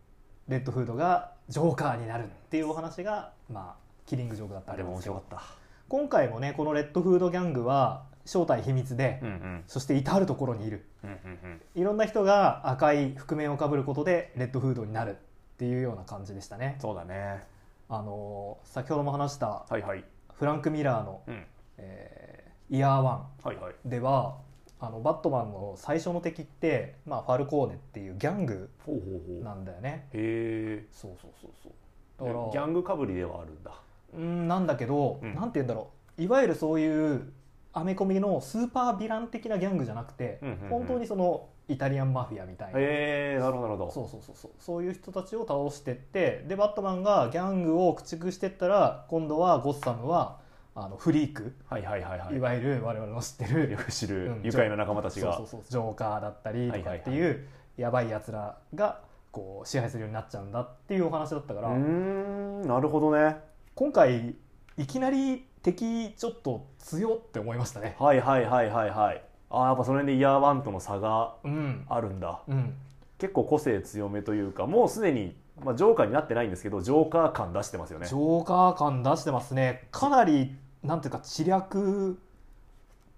[SPEAKER 1] レッドフードがジョーカーになるっていうお話が、まあ、キリングジョークだった
[SPEAKER 2] あ
[SPEAKER 1] わ
[SPEAKER 2] れ
[SPEAKER 1] け
[SPEAKER 2] も
[SPEAKER 1] で
[SPEAKER 2] 面
[SPEAKER 1] すけ
[SPEAKER 2] 白
[SPEAKER 1] ど
[SPEAKER 2] かった
[SPEAKER 1] 今回もねこのレッドフードギャングは正体秘密で、
[SPEAKER 2] うんうん
[SPEAKER 1] そして至る所にいる
[SPEAKER 2] うんうん
[SPEAKER 1] いろんな人が赤い覆面をかぶることでレッドフードになるっていうような感じでしたね、
[SPEAKER 2] そうだね
[SPEAKER 1] あのー先ほども話した
[SPEAKER 2] はいはい、
[SPEAKER 1] フランク・ミラーの
[SPEAKER 2] うん、
[SPEAKER 1] 「えーイヤーワ
[SPEAKER 2] はいはい
[SPEAKER 1] ン」ではあのバットマンの最初の敵って、まあ、ファルコーネっていうギャング
[SPEAKER 2] ほうほうほう
[SPEAKER 1] なんだよね
[SPEAKER 2] へえ
[SPEAKER 1] そうそうそうそうだから
[SPEAKER 2] ギャングかぶりではあるんだ
[SPEAKER 1] うんなんだけど、
[SPEAKER 2] うん
[SPEAKER 1] なんて言うんだろういわゆるそういうアメコミのスーパーヴィラン的なギャングじゃなくて、
[SPEAKER 2] うんうんうん
[SPEAKER 1] 本当にそのイタリアンマフィアみたいな、
[SPEAKER 2] へえなるほどなるほど
[SPEAKER 1] そうそうそうそうそういう人たちを倒してってでバットマンがギャングを駆逐してったら今度はゴッサムはあのフリーク、
[SPEAKER 2] はいはいはいはい
[SPEAKER 1] い、わゆる我々の知って
[SPEAKER 2] よ
[SPEAKER 1] る
[SPEAKER 2] く知
[SPEAKER 1] う
[SPEAKER 2] る
[SPEAKER 1] ん
[SPEAKER 2] 愉快な仲間たちが
[SPEAKER 1] そうそうそうジョーカーだったりとかって
[SPEAKER 2] はい
[SPEAKER 1] い
[SPEAKER 2] は
[SPEAKER 1] うやばいやつらがこう支配するようになっちゃうんだっていうお話だったから、
[SPEAKER 2] うーんなるほどね
[SPEAKER 1] 今回いきなり敵ちょっと強って思いましたね
[SPEAKER 2] はいはいはいはいはいあーやっぱその辺でイヤーワンとの差が
[SPEAKER 1] うん
[SPEAKER 2] あるんだ
[SPEAKER 1] うん
[SPEAKER 2] 結構個性強めというかもうすでに、まあ、ジョーカーになってないんですけどジョーカー感出してますよね
[SPEAKER 1] ジョーカー感出してますねかなりなんていうか知略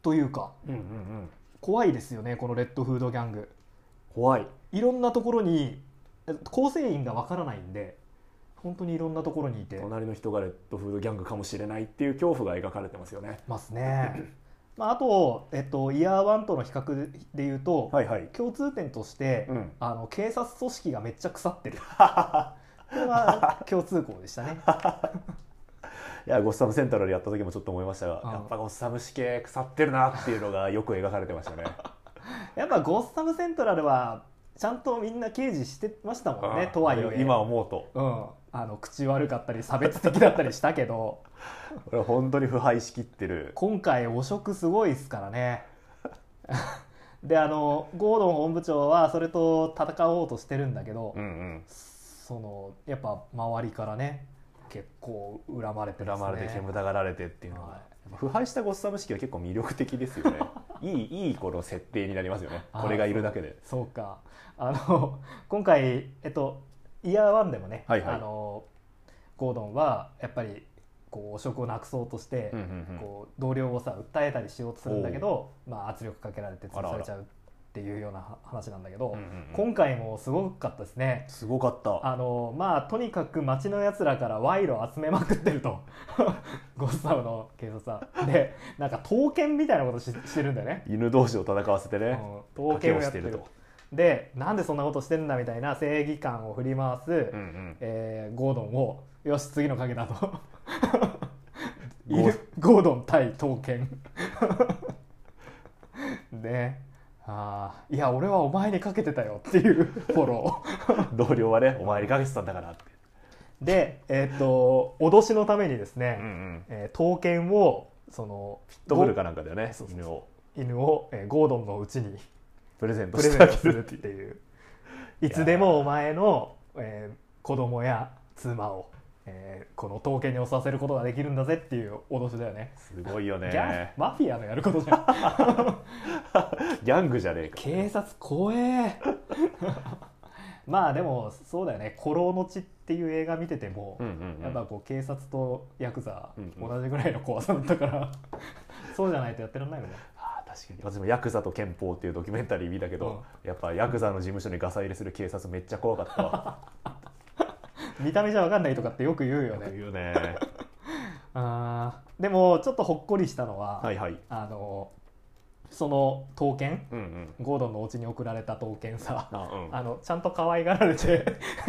[SPEAKER 1] というか
[SPEAKER 2] うんうんうん
[SPEAKER 1] 怖いですよねこのレッドフードギャング
[SPEAKER 2] 怖い
[SPEAKER 1] いろんなところにえ構成員がわからないんで本当にいろんなところにいて
[SPEAKER 2] 隣の人がレッドフードギャングかもしれないっていう恐怖が描かれてますよね
[SPEAKER 1] ます ねまああと、えっと、イヤーワンとの比較で言うと、
[SPEAKER 2] はいはい
[SPEAKER 1] 共通点として、
[SPEAKER 2] うん
[SPEAKER 1] あの警察組織がめっちゃ腐って るこれは共通項でしたね
[SPEAKER 2] いやゴッサムセントラルやった時もちょっと思いましたが
[SPEAKER 1] うん
[SPEAKER 2] やっぱゴッサム死刑腐ってるなっていうのがよく描かれて ましたね
[SPEAKER 1] やっぱゴッサムセントラルはちゃんとみんな刑事してましたもんね
[SPEAKER 2] うん
[SPEAKER 1] とはいえ
[SPEAKER 2] 今思うと
[SPEAKER 1] うん、あの口悪かったり差別的だったりしたけど
[SPEAKER 2] これ本当に腐敗しきってる
[SPEAKER 1] 今回汚職すごいですからね であのゴードン本部長はそれと戦おうとしてるんだけど、
[SPEAKER 2] うんうん
[SPEAKER 1] そのやっぱ周りからね結構恨まれて
[SPEAKER 2] 恨まれて煙たがられてっていうのが、
[SPEAKER 1] はい
[SPEAKER 2] やっぱ腐敗したゴッサム式は結構魅力的で すよねいいいいこの設定になりますよね
[SPEAKER 1] あー
[SPEAKER 2] これがいるだけで
[SPEAKER 1] そうかあの今回えっとイヤーワンでもね、
[SPEAKER 2] はいはい
[SPEAKER 1] あのゴードンはやっぱりこう汚職をなくそうとして、
[SPEAKER 2] うんうんうん
[SPEAKER 1] こう同僚をさ訴えたりしようとするんだけど、まあ、圧力かけられて
[SPEAKER 2] あ
[SPEAKER 1] 潰
[SPEAKER 2] ら
[SPEAKER 1] さ
[SPEAKER 2] あら
[SPEAKER 1] れちゃうっていうような話なんだけど、
[SPEAKER 2] うんうんうん
[SPEAKER 1] 今回もすごかったですね。
[SPEAKER 2] すごかった
[SPEAKER 1] あのまあ、とにかく町のやつらから賄賂を集めまくってると ゴッサムの警察はでなんか刀剣みたいなことししてるんだよね
[SPEAKER 2] 犬同士を戦わせてね
[SPEAKER 1] うん刀剣をやってる
[SPEAKER 2] 賭けをしてる
[SPEAKER 1] と
[SPEAKER 2] と
[SPEAKER 1] でなんでそんなことしてんだみたいな正義感を振り回す、
[SPEAKER 2] うんうん
[SPEAKER 1] えーゴードンをよし次の影だと
[SPEAKER 2] ゴー
[SPEAKER 1] いるゴードン対刀剣 ねあーいや俺はお前にかけてたよっていうフォロー
[SPEAKER 2] 同僚はねお前にかけてたんだからって、
[SPEAKER 1] でえーっと脅しのためにですね、
[SPEAKER 2] ん、
[SPEAKER 1] えー刀剣をその
[SPEAKER 2] ドブルかなんかだよね
[SPEAKER 1] そうそうそう
[SPEAKER 2] 犬を
[SPEAKER 1] 犬を、えーゴードンのうちに
[SPEAKER 2] プレゼント
[SPEAKER 1] プレ
[SPEAKER 2] し
[SPEAKER 1] ゼン
[SPEAKER 2] てあ
[SPEAKER 1] ト
[SPEAKER 2] げ
[SPEAKER 1] する
[SPEAKER 2] る
[SPEAKER 1] っていういつでもお前の、えー子供や妻を、えーこの刀剣に襲わせることができるんだぜっていう脅しだよね
[SPEAKER 2] すごいよ
[SPEAKER 1] ギャン
[SPEAKER 2] ね
[SPEAKER 1] マフィアのやることじゃん
[SPEAKER 2] ギャングじゃねえか
[SPEAKER 1] 警察怖え まあでもそうだよね「古老の地」っていう映画見てても、
[SPEAKER 2] うんうんうん
[SPEAKER 1] やっぱこう警察とヤクザ、
[SPEAKER 2] うんうん
[SPEAKER 1] 同じぐらいの怖さだったから そうじゃないとやってらんないよね
[SPEAKER 2] あー確かに私もヤクザと憲法っていうドキュメンタリー見たけど、やっぱヤクザの事務所にガサ入れする警察めっちゃ怖かったわ
[SPEAKER 1] 見た目じゃ分かんないとかってよく言うよ
[SPEAKER 2] よく
[SPEAKER 1] ね
[SPEAKER 2] 言うね
[SPEAKER 1] あーでもちょっとほっこりしたのは、
[SPEAKER 2] はいはい
[SPEAKER 1] あのその刀剣
[SPEAKER 2] うんうん
[SPEAKER 1] ゴードンのお家に送られた刀剣さ
[SPEAKER 2] あうん
[SPEAKER 1] あのちゃんと可愛がられて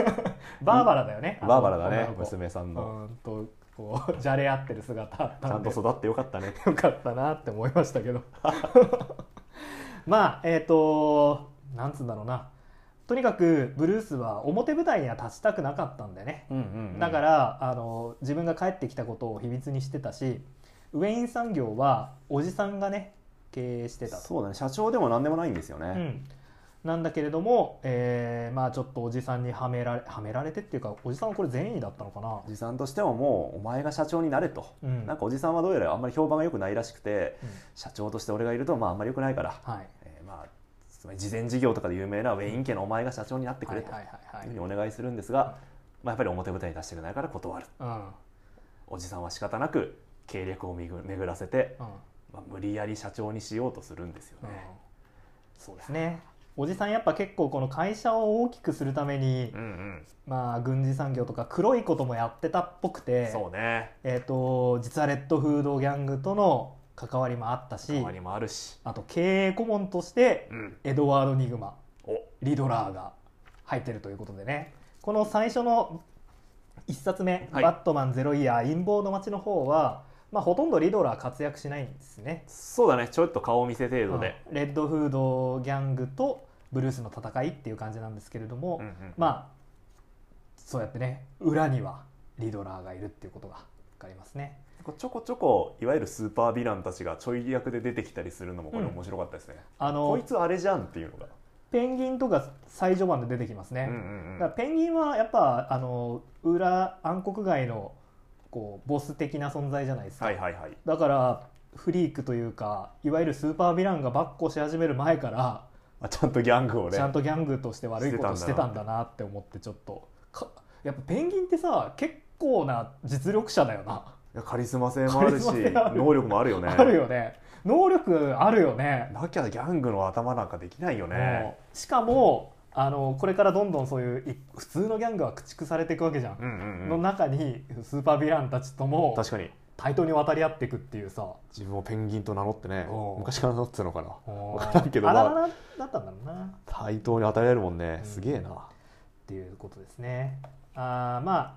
[SPEAKER 1] バーバラだよね
[SPEAKER 2] バーバラだ
[SPEAKER 1] あ
[SPEAKER 2] ね
[SPEAKER 1] の女の子
[SPEAKER 2] 娘さん
[SPEAKER 1] う
[SPEAKER 2] の、
[SPEAKER 1] ーんとこうじゃれ合ってる姿あった
[SPEAKER 2] ちゃ
[SPEAKER 1] ん
[SPEAKER 2] ん
[SPEAKER 1] で
[SPEAKER 2] と育ってよかったね
[SPEAKER 1] よかったなって思いましたけど まあえっ、となんつうんだろうなとにかくブルースは表舞台には立ちたくなかったんだよね
[SPEAKER 2] うんうんうん
[SPEAKER 1] だから、あの自分が帰ってきたことを秘密にしてたしウェイン産業はおじさんがね経営してたと、
[SPEAKER 2] そうだね社長でも何でもないんですよ
[SPEAKER 1] う
[SPEAKER 2] ね、
[SPEAKER 1] ん、なんだけれども、えーまあ、ちょっとおじさんにはめられはめられてっていうかおじさんはこれ善意だったのかな
[SPEAKER 2] おじさんとしてももうお前が社長になれと、
[SPEAKER 1] うん
[SPEAKER 2] なんかおじさんはどうやらあんまり評判が良くないらしくて、
[SPEAKER 1] うん
[SPEAKER 2] 社長として俺がいるとまああんまり良くないから、
[SPEAKER 1] はい
[SPEAKER 2] えーまあつまり事前事業とかで有名なウェイン家のお前が社長になってくれと
[SPEAKER 1] はいいはいう
[SPEAKER 2] ふう
[SPEAKER 1] はい
[SPEAKER 2] にお願いするんですが、まあ、やっぱり表舞台に出してくれないから断る
[SPEAKER 1] はい
[SPEAKER 2] おじさんは仕方なく計略を巡巡らせて、
[SPEAKER 1] うんうん
[SPEAKER 2] まあ、無理やり社長にしようとするんですよ
[SPEAKER 1] うん
[SPEAKER 2] ね。
[SPEAKER 1] そうですねおじさんやっぱ結構この会社を大きくするために、
[SPEAKER 2] うんうん
[SPEAKER 1] まあ軍事産業とか黒いこともやってたっぽくて
[SPEAKER 2] そうね
[SPEAKER 1] えー、と実はレッドフードギャングとの関わりもあったし
[SPEAKER 2] 代わりもあるし、
[SPEAKER 1] あと経営顧問として
[SPEAKER 2] うん、
[SPEAKER 1] エドワード・ニグマ
[SPEAKER 2] お
[SPEAKER 1] リドラーが入ってるということでねこの最初の1冊目「
[SPEAKER 2] はい
[SPEAKER 1] バットマンゼロイヤー陰謀の街」の方は、まあ、ほとんどリドラー活躍しないんですね。
[SPEAKER 2] そうだねちょっと顔見せ程度で、
[SPEAKER 1] うんレッドフードギャングとブルースの戦いっていう感じなんですけれども、
[SPEAKER 2] うんうん
[SPEAKER 1] まあそうやってね裏にはリドラーがいるっていうことが分かりますね。
[SPEAKER 2] こうちょこちょこいわゆるスーパーヴィランたちがちょい役で出てきたりするのもこれ
[SPEAKER 1] うん
[SPEAKER 2] 面白かったですね、
[SPEAKER 1] あの
[SPEAKER 2] こいつあれじゃんっていうのが、
[SPEAKER 1] ペンギンとか最序盤で出てきますね、
[SPEAKER 2] うん
[SPEAKER 1] だからペンギンはやっぱあの裏暗黒街のこうボス的な存在じゃないですか、
[SPEAKER 2] はいはいはい
[SPEAKER 1] だからフリークというかいわゆるスーパーヴィランがばっこし始める前から
[SPEAKER 2] あちゃんとギャングをね
[SPEAKER 1] ちゃんとギャングとして悪いことし
[SPEAKER 2] してて
[SPEAKER 1] た
[SPEAKER 2] た
[SPEAKER 1] ん
[SPEAKER 2] ん
[SPEAKER 1] だなって思ってちょっとかやっぱペンギンってさ結構な実力者だよな、
[SPEAKER 2] いやカリスマ性もあるし
[SPEAKER 1] カリスマ性ある
[SPEAKER 2] 能力もあるよね
[SPEAKER 1] あるよね能力あるよね
[SPEAKER 2] なきゃギャングの頭なんかできないよね
[SPEAKER 1] もうしかもあのこれからどんどんそういうい普通のギャングは駆逐されていくわけじゃん
[SPEAKER 2] うんうんう
[SPEAKER 1] の
[SPEAKER 2] ん
[SPEAKER 1] 中にスーパーヴィランたちとも
[SPEAKER 2] 確かに
[SPEAKER 1] 対等に渡り合っていくっていうさ
[SPEAKER 2] 自分をペンギンと名乗ってね
[SPEAKER 1] おう
[SPEAKER 2] 昔から名乗ってたのかなわからんけど
[SPEAKER 1] あら
[SPEAKER 2] ま
[SPEAKER 1] ららだったんだろうなっ
[SPEAKER 2] 対等に与えられるもんね
[SPEAKER 1] うん
[SPEAKER 2] な
[SPEAKER 1] ていうことですねあーまあ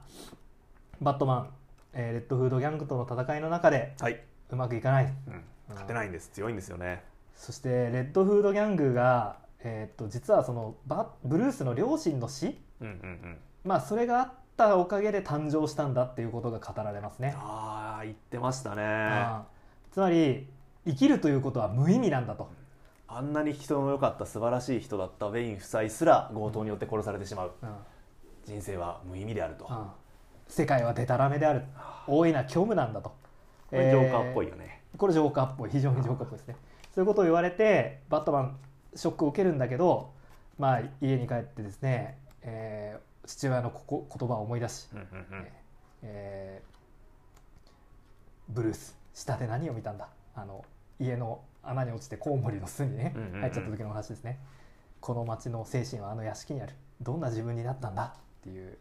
[SPEAKER 1] バットマン、えーレッドフードギャングとの戦いの中で
[SPEAKER 2] はい、
[SPEAKER 1] うまくいかない
[SPEAKER 2] うん、勝てないんです強いんですよね
[SPEAKER 1] そしてレッドフードギャングが、えーっと実はそのバブルースの両親の死
[SPEAKER 2] うんうんうん
[SPEAKER 1] まあそれがあったおかげで誕生したんだっていうことが語られますね
[SPEAKER 2] ああ言ってましたね
[SPEAKER 1] あーつまり生きるということは無意味なんだと
[SPEAKER 2] あんなに人の良かった素晴らしい人だったウェイン夫妻すら強盗によって殺されてしまう
[SPEAKER 1] うん
[SPEAKER 2] 人生は無意味であると
[SPEAKER 1] うん世界はデタラメである大いな虚無なんだと
[SPEAKER 2] これジョーカーっぽいよね、
[SPEAKER 1] えーこれジョーカーっぽい非常にジョーカーっぽいですねそういうことを言われてバットマンショックを受けるんだけどまあ家に帰ってですね、えー父親のここ言葉を思い出し、
[SPEAKER 2] うんうんうん
[SPEAKER 1] えーブルース下で何を見たんだあの家の穴に落ちてコウモリの巣にね
[SPEAKER 2] うんうんうん
[SPEAKER 1] 入っちゃった時の話ですね、この町の精神はあの屋敷にあるどんな自分になったんだっていう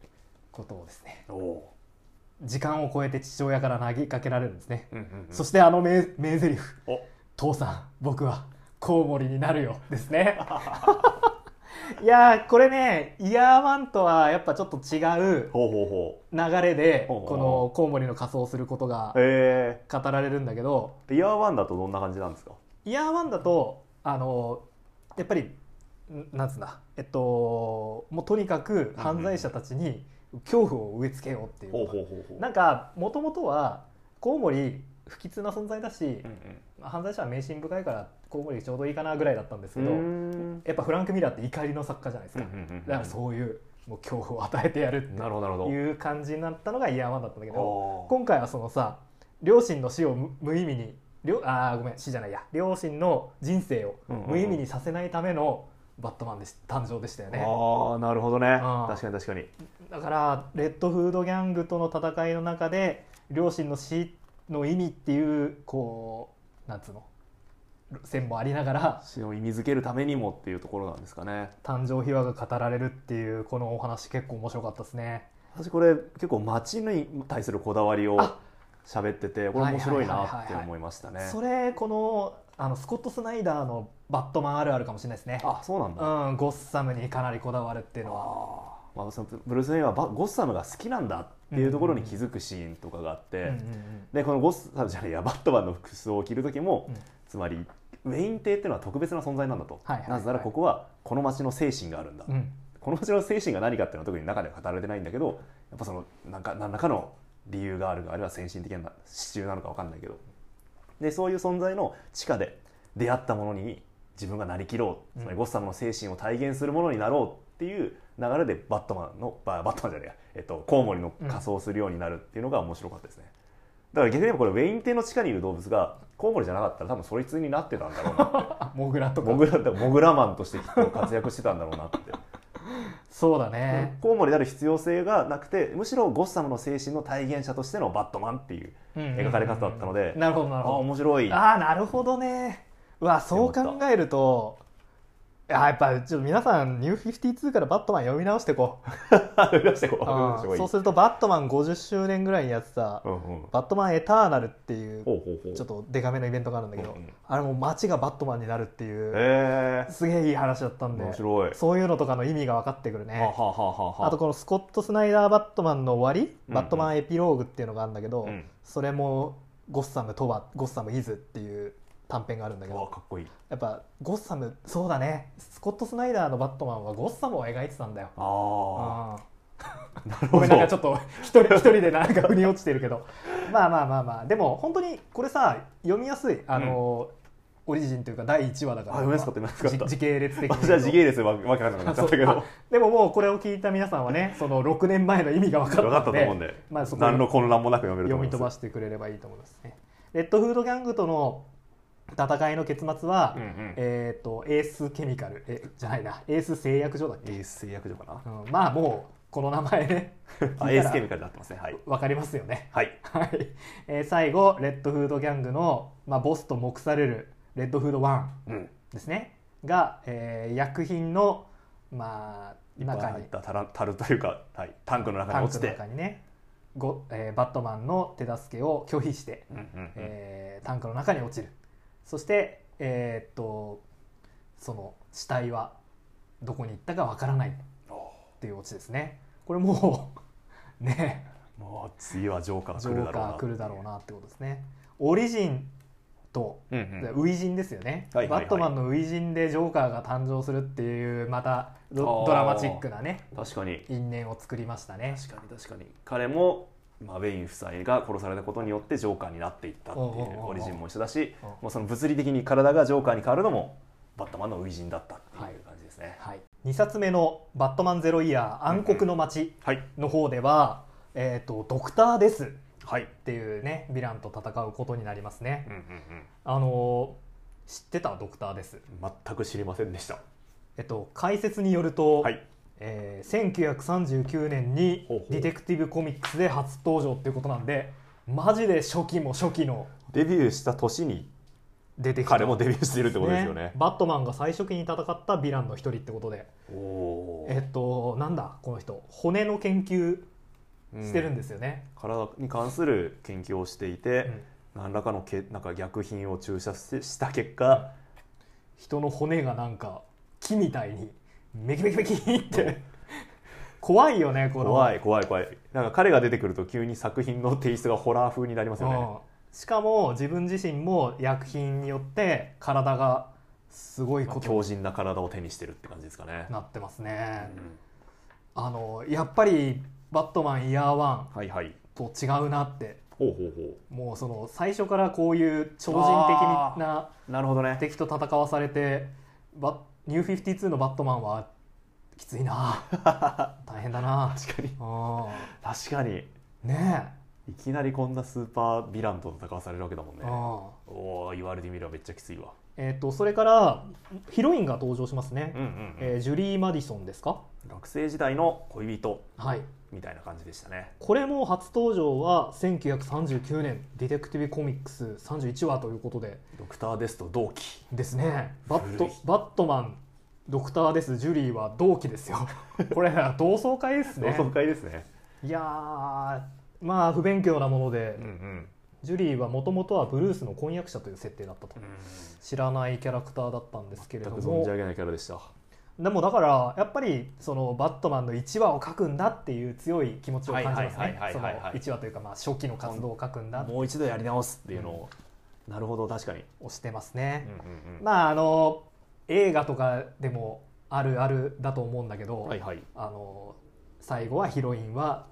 [SPEAKER 1] ことをですね
[SPEAKER 2] おお
[SPEAKER 1] 時間を超えて父親から投げかけられるんですね、
[SPEAKER 2] ー、うんうんうん
[SPEAKER 1] そしてあの名名台詞
[SPEAKER 2] お
[SPEAKER 1] 父さん僕はコウモリになるよ」ですねいやーこれねイヤーワンとはやっぱちょっと違う
[SPEAKER 2] ほうほうほ
[SPEAKER 1] 流れで
[SPEAKER 2] ほうほう
[SPEAKER 1] このコウモリの仮装をすることが
[SPEAKER 2] うえ
[SPEAKER 1] 語られるんだけど
[SPEAKER 2] ー、イヤーワンだとどんな感じなんですか
[SPEAKER 1] イヤーワンだとあのやっぱりんなんつうんだえっともうとにかく犯罪者たちに恐怖を植え付けようっていうのが、
[SPEAKER 2] ほうほうほうほう
[SPEAKER 1] なんかもともとはコウモリ不吉な存在だし、
[SPEAKER 2] うん
[SPEAKER 1] 犯罪者は迷信深いからコウモリちょうどいいかなぐらいだったんです
[SPEAKER 2] う
[SPEAKER 1] けど、
[SPEAKER 2] んうーん
[SPEAKER 1] やっぱフランク・ミラーって怒りの作家じゃないです
[SPEAKER 2] うんう
[SPEAKER 1] か、
[SPEAKER 2] んうんうん
[SPEAKER 1] だからそういうもう恐怖を与えてやる
[SPEAKER 2] なるほどなる
[SPEAKER 1] っ
[SPEAKER 2] ほ
[SPEAKER 1] て
[SPEAKER 2] ど
[SPEAKER 1] いう感じになったのがイヤーワンだったんだけど
[SPEAKER 2] おー
[SPEAKER 1] 今回はそのさ両親の死を無無意味に両あーごめん死じゃないや両親の人生を
[SPEAKER 2] うんうんうん
[SPEAKER 1] 無意味にさせないためのバットマンでし誕生でしたよね、
[SPEAKER 2] ああなるほどね
[SPEAKER 1] あー
[SPEAKER 2] 確かに確かに
[SPEAKER 1] だからレッドフードギャングとの戦いの中で両親の死の意味っていうこうなんつうの線もありながら
[SPEAKER 2] 死を意味づけるためにもっていうところなんですかね
[SPEAKER 1] 誕生秘話が語られるっていうこのお話結構面白かったですね
[SPEAKER 2] 私これ結構街に対するこだわりを
[SPEAKER 1] あ
[SPEAKER 2] 喋っててこれ面白
[SPEAKER 1] はいは
[SPEAKER 2] い
[SPEAKER 1] い
[SPEAKER 2] な
[SPEAKER 1] はい
[SPEAKER 2] っ
[SPEAKER 1] はい
[SPEAKER 2] て
[SPEAKER 1] はい
[SPEAKER 2] 思いましたね
[SPEAKER 1] それこのあのスコット・スナイダーの「バットマンあるある」かもしれないですね
[SPEAKER 2] あそうなんだ
[SPEAKER 1] うんゴッサムにかなりこだわるっていうのは
[SPEAKER 2] あーまあ、そのブルース・ウェインはバゴッサムが好きなんだっていうところに気づくシーンとかがあって、
[SPEAKER 1] うんうんうん
[SPEAKER 2] でこのゴッサムじゃないやバットマンの服装を着る時も、
[SPEAKER 1] うん
[SPEAKER 2] つまりウェイン邸っていうのは特別な存在なんだと、
[SPEAKER 1] はいはいはい
[SPEAKER 2] なぜならここはこの町の精神があるんだ、
[SPEAKER 1] うん
[SPEAKER 2] この町の精神が何かっていうのは特に中では語られてないんだけどやっぱそのなんか何らかの理由があるあるいは先進的な支柱なのか分かんないけどでそういう存在の地下で出会ったものに自分がなりきろうつまり
[SPEAKER 1] うん
[SPEAKER 2] ゴッサムの精神を体現するものになろうっていう流れでバットマンのババットマンじゃないや、えっと、コウモリの仮装をするようになるっていうのが面白かったですね。だから逆に言えばこれウェイン邸の地下にいる動物がコウモリじゃなかったら多分そいつになってたんだろうな
[SPEAKER 1] あモグラとか
[SPEAKER 2] モグラだモグラマンとしてきっと活躍してたんだろうなって
[SPEAKER 1] そうだ
[SPEAKER 2] うん
[SPEAKER 1] ね、
[SPEAKER 2] コウモリである必要性がなくてむしろゴッサムの精神の体現者としてのバットマンっていう
[SPEAKER 1] うんうんうん
[SPEAKER 2] 描かれ方だったので
[SPEAKER 1] なるほどな
[SPEAKER 2] あ
[SPEAKER 1] る
[SPEAKER 2] あ
[SPEAKER 1] ほど
[SPEAKER 2] 面白 い
[SPEAKER 1] ああなるほどねうわそう考えるとあーやっぱちょっと皆さん「ニュー52」から「バットマン」読み直してこ う
[SPEAKER 2] 出してこう
[SPEAKER 1] あ
[SPEAKER 2] 出してこ
[SPEAKER 1] ー
[SPEAKER 2] い
[SPEAKER 1] そうすると「バットマン」50周年ぐらいにやってた
[SPEAKER 2] うんうん
[SPEAKER 1] 「バットマンエターナル」っていう
[SPEAKER 2] ほうほうほう
[SPEAKER 1] ちょっとデカめのイベントがあるんだけど、
[SPEAKER 2] うんうん
[SPEAKER 1] あれもう街がバットマンになるっていう、
[SPEAKER 2] へえ
[SPEAKER 1] すげえいい話だったんで
[SPEAKER 2] 面白い
[SPEAKER 1] そういうのとかの意味が分かってくる
[SPEAKER 2] はあは
[SPEAKER 1] ね
[SPEAKER 2] あはあは
[SPEAKER 1] あとこのスコット・スナイダー・バットマンの終わり、
[SPEAKER 2] うん
[SPEAKER 1] バットマンエピローグっていうのがあるんだけど、
[SPEAKER 2] うん
[SPEAKER 1] それもゴッサムとはゴッサムイズっていう短編があるんだけ
[SPEAKER 2] わあ
[SPEAKER 1] ど
[SPEAKER 2] かっこいい
[SPEAKER 1] やっぱゴッサムそうだねスコット・スナイダーのバットマンはゴッサムを描いてたんだよ
[SPEAKER 2] あ
[SPEAKER 1] うん
[SPEAKER 2] あなる
[SPEAKER 1] ご
[SPEAKER 2] ほ
[SPEAKER 1] めんなんかち
[SPEAKER 2] ど
[SPEAKER 1] ょっと一人一人でなんか腑に落ちてるけどまあまあまあまあでも本当にこれさ読みやすいあの、オリジンというか第1話だから
[SPEAKER 2] あ読みやすかった読みやすかった
[SPEAKER 1] じ時系列的に
[SPEAKER 2] 私は時系列でわわけわかんなくなっちゃったけど
[SPEAKER 1] あそう
[SPEAKER 2] よ
[SPEAKER 1] でももうこれを聞いた皆さんはねその6年前の意味が分か
[SPEAKER 2] か
[SPEAKER 1] っ
[SPEAKER 2] ったたと
[SPEAKER 1] ので
[SPEAKER 2] 思うんで
[SPEAKER 1] まあそこ
[SPEAKER 2] 何の混乱もなく読める
[SPEAKER 1] 読
[SPEAKER 2] と思い
[SPEAKER 1] み
[SPEAKER 2] ます
[SPEAKER 1] 飛ばしてくれればいいと思いますねレッドフードギャングとの戦いの結末は、
[SPEAKER 2] うんうん
[SPEAKER 1] えっ、とエースケミカルえじゃないなエース製薬所だっけ、
[SPEAKER 2] エース製薬所 かな
[SPEAKER 1] うんまあもうこの名前ね
[SPEAKER 2] あ
[SPEAKER 1] 聞いた
[SPEAKER 2] エー
[SPEAKER 1] ら
[SPEAKER 2] スケミカルになってますねはい
[SPEAKER 1] 分かりますよね
[SPEAKER 2] はい
[SPEAKER 1] はい、えー最後レッドフードギャングの、まあ、ボスと目されるレッドフードワン
[SPEAKER 2] うん
[SPEAKER 1] ですねが、えー薬品の、まあ、中
[SPEAKER 2] 入
[SPEAKER 1] に
[SPEAKER 2] ったタラ樽というかはいタンクの中
[SPEAKER 1] タ
[SPEAKER 2] に
[SPEAKER 1] ン
[SPEAKER 2] 落
[SPEAKER 1] ク
[SPEAKER 2] ち
[SPEAKER 1] の
[SPEAKER 2] て
[SPEAKER 1] 中にねご、えーバットマンの手助けを拒否して、
[SPEAKER 2] うんうんうん
[SPEAKER 1] えータンクの中に落ちるそして、えーっとその死体はどこに行ったかわからないっ
[SPEAKER 2] おー
[SPEAKER 1] ていうオチですねこれもう ねえ
[SPEAKER 2] もう次はジョーカー
[SPEAKER 1] ジ
[SPEAKER 2] 来る
[SPEAKER 1] ョ
[SPEAKER 2] だ
[SPEAKER 1] ーカ
[SPEAKER 2] ろうな
[SPEAKER 1] ー来るだろうなってことですねオリジンと
[SPEAKER 2] うんうん
[SPEAKER 1] 初陣ですよね、
[SPEAKER 2] はいはいは
[SPEAKER 1] バ
[SPEAKER 2] い
[SPEAKER 1] ットマンの初陣でジョーカーが誕生するっていうまたド
[SPEAKER 2] あー
[SPEAKER 1] ドラマチックなね
[SPEAKER 2] 確かに
[SPEAKER 1] 因縁を作りましたね
[SPEAKER 2] 確かに確かに彼も、まあ、ウェイン夫妻が殺されたことによってジョーカーになっていったってい
[SPEAKER 1] おうおうおうおう
[SPEAKER 2] うオリジンも一緒だし
[SPEAKER 1] うん
[SPEAKER 2] もうその物理的に体がジョーカーに変わるのもバットマンの初陣だったっていう感じですね
[SPEAKER 1] はい、2冊目の「バットマンゼロイヤー暗黒の街
[SPEAKER 2] はい、」
[SPEAKER 1] の方では、えー、とドクターですっ
[SPEAKER 2] はい
[SPEAKER 1] ていうねヴィランと戦うことになりますね
[SPEAKER 2] うんうん
[SPEAKER 1] あのー知ってたドクターです
[SPEAKER 2] うん、全く知りませんでした
[SPEAKER 1] えっと解説によると、
[SPEAKER 2] はい
[SPEAKER 1] えー1939年に
[SPEAKER 2] ほうほう
[SPEAKER 1] ディテクティブコミックスで初登場っていうことなんでマジで初期も初期の
[SPEAKER 2] デビューした年に
[SPEAKER 1] 出てきた
[SPEAKER 2] 彼もデビューしてるってことですよね
[SPEAKER 1] バットマンが最初期に戦ったヴィランの一人ってことで
[SPEAKER 2] おお
[SPEAKER 1] えっとなんだこの人骨の研究してるんですよね、
[SPEAKER 2] 体に関する研究をしていて、
[SPEAKER 1] うん
[SPEAKER 2] 何らかのけなんか薬品を注射してした結果、
[SPEAKER 1] 人の骨がなんか木みたいにメキメキメキって怖いよねこの
[SPEAKER 2] 怖い怖い怖いなんか彼が出てくると急に作品のテイストがホラー風になりますよね、
[SPEAKER 1] うん、しかも自分自身も薬品によって体がすごい
[SPEAKER 2] まあ
[SPEAKER 1] こと
[SPEAKER 2] 強靭な体を手にしてるって感じですかね
[SPEAKER 1] に、なってます
[SPEAKER 2] う
[SPEAKER 1] ね、
[SPEAKER 2] ん
[SPEAKER 1] あのやっぱり「バットマンイヤーワン
[SPEAKER 2] はいはい
[SPEAKER 1] と違うなって
[SPEAKER 2] ほうほうほ
[SPEAKER 1] もうその最初からこういう超人的な
[SPEAKER 2] うなるほどね
[SPEAKER 1] 敵と戦わされてバッニュー52のバットマンはきついな大変だな
[SPEAKER 2] 確かに
[SPEAKER 1] う
[SPEAKER 2] 確かに
[SPEAKER 1] んね
[SPEAKER 2] いきなりこんなスーパーヴィランと戦わされるわけだもん
[SPEAKER 1] え、
[SPEAKER 2] ね
[SPEAKER 1] うん
[SPEAKER 2] おお言われてみればめっちゃきついわ
[SPEAKER 1] えー、とそれからヒロインが登場しますね、
[SPEAKER 2] うんうん、うん
[SPEAKER 1] えージュリー・マディソンですか、
[SPEAKER 2] 学生時代の恋人
[SPEAKER 1] はい、
[SPEAKER 2] みたいな感じでしたね
[SPEAKER 1] これも初登場は1939年「ディテクティブ・コミックス」31話ということで
[SPEAKER 2] ドクターですと同期
[SPEAKER 1] ですねバッ
[SPEAKER 2] 古
[SPEAKER 1] ト
[SPEAKER 2] い
[SPEAKER 1] バットマンドクターですジュリーは同期ですよ これ同窓会です
[SPEAKER 2] 同
[SPEAKER 1] ね
[SPEAKER 2] 窓会ですね
[SPEAKER 1] いやーまあ不勉強なもので、
[SPEAKER 2] うんうん
[SPEAKER 1] ジュリーはもともとはブルースの婚約者という設定だったと知らないキャラクターだったんですけれ
[SPEAKER 2] 全
[SPEAKER 1] ど
[SPEAKER 2] く
[SPEAKER 1] も
[SPEAKER 2] 存じ上げないキャラでした
[SPEAKER 1] でもだからやっぱりそのバットマンの1話を書くんだっていう強い気持ちを感じます
[SPEAKER 2] はい
[SPEAKER 1] ね
[SPEAKER 2] はいはい
[SPEAKER 1] そ
[SPEAKER 2] はい
[SPEAKER 1] の
[SPEAKER 2] はいはい
[SPEAKER 1] 1話というかまあ初期の活動を書くんだ
[SPEAKER 2] もう一度やり直すっていうのを、なるほど確かに、
[SPEAKER 1] をしてますね、
[SPEAKER 2] うんうん
[SPEAKER 1] まああの映画とかでもあるあるだと思うんだけど、
[SPEAKER 2] はいはい
[SPEAKER 1] あの最後はヒロインは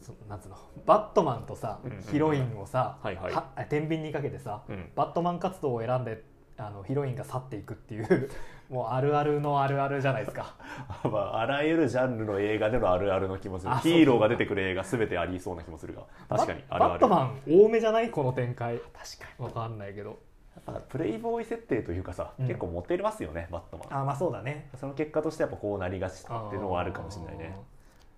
[SPEAKER 1] そなんつうのバットマンとさ
[SPEAKER 2] うんうん
[SPEAKER 1] ヒロインをさ、
[SPEAKER 2] はいはい
[SPEAKER 1] あ天秤にかけてさ
[SPEAKER 2] うん
[SPEAKER 1] バットマン活動を選んであのヒロインが去っていくっていう もうあるあるのあるあるじゃないですか。
[SPEAKER 2] あまあ、あらゆるジャンルの映画でのあるあるの気もする
[SPEAKER 1] あ
[SPEAKER 2] ヒーローが出てくる映画すべてありそうな気もするが確かに
[SPEAKER 1] バ
[SPEAKER 2] あるあ
[SPEAKER 1] バッ
[SPEAKER 2] る
[SPEAKER 1] トマン多めじゃないこの展開
[SPEAKER 2] 確か
[SPEAKER 1] わかんないけど
[SPEAKER 2] にプレイボーイ設定というかさ、
[SPEAKER 1] うん
[SPEAKER 2] 結構モテますよねバットマン
[SPEAKER 1] あまあそうだね
[SPEAKER 2] その結果としてやっぱこうなりがちとかっていうのはあるかもしれないね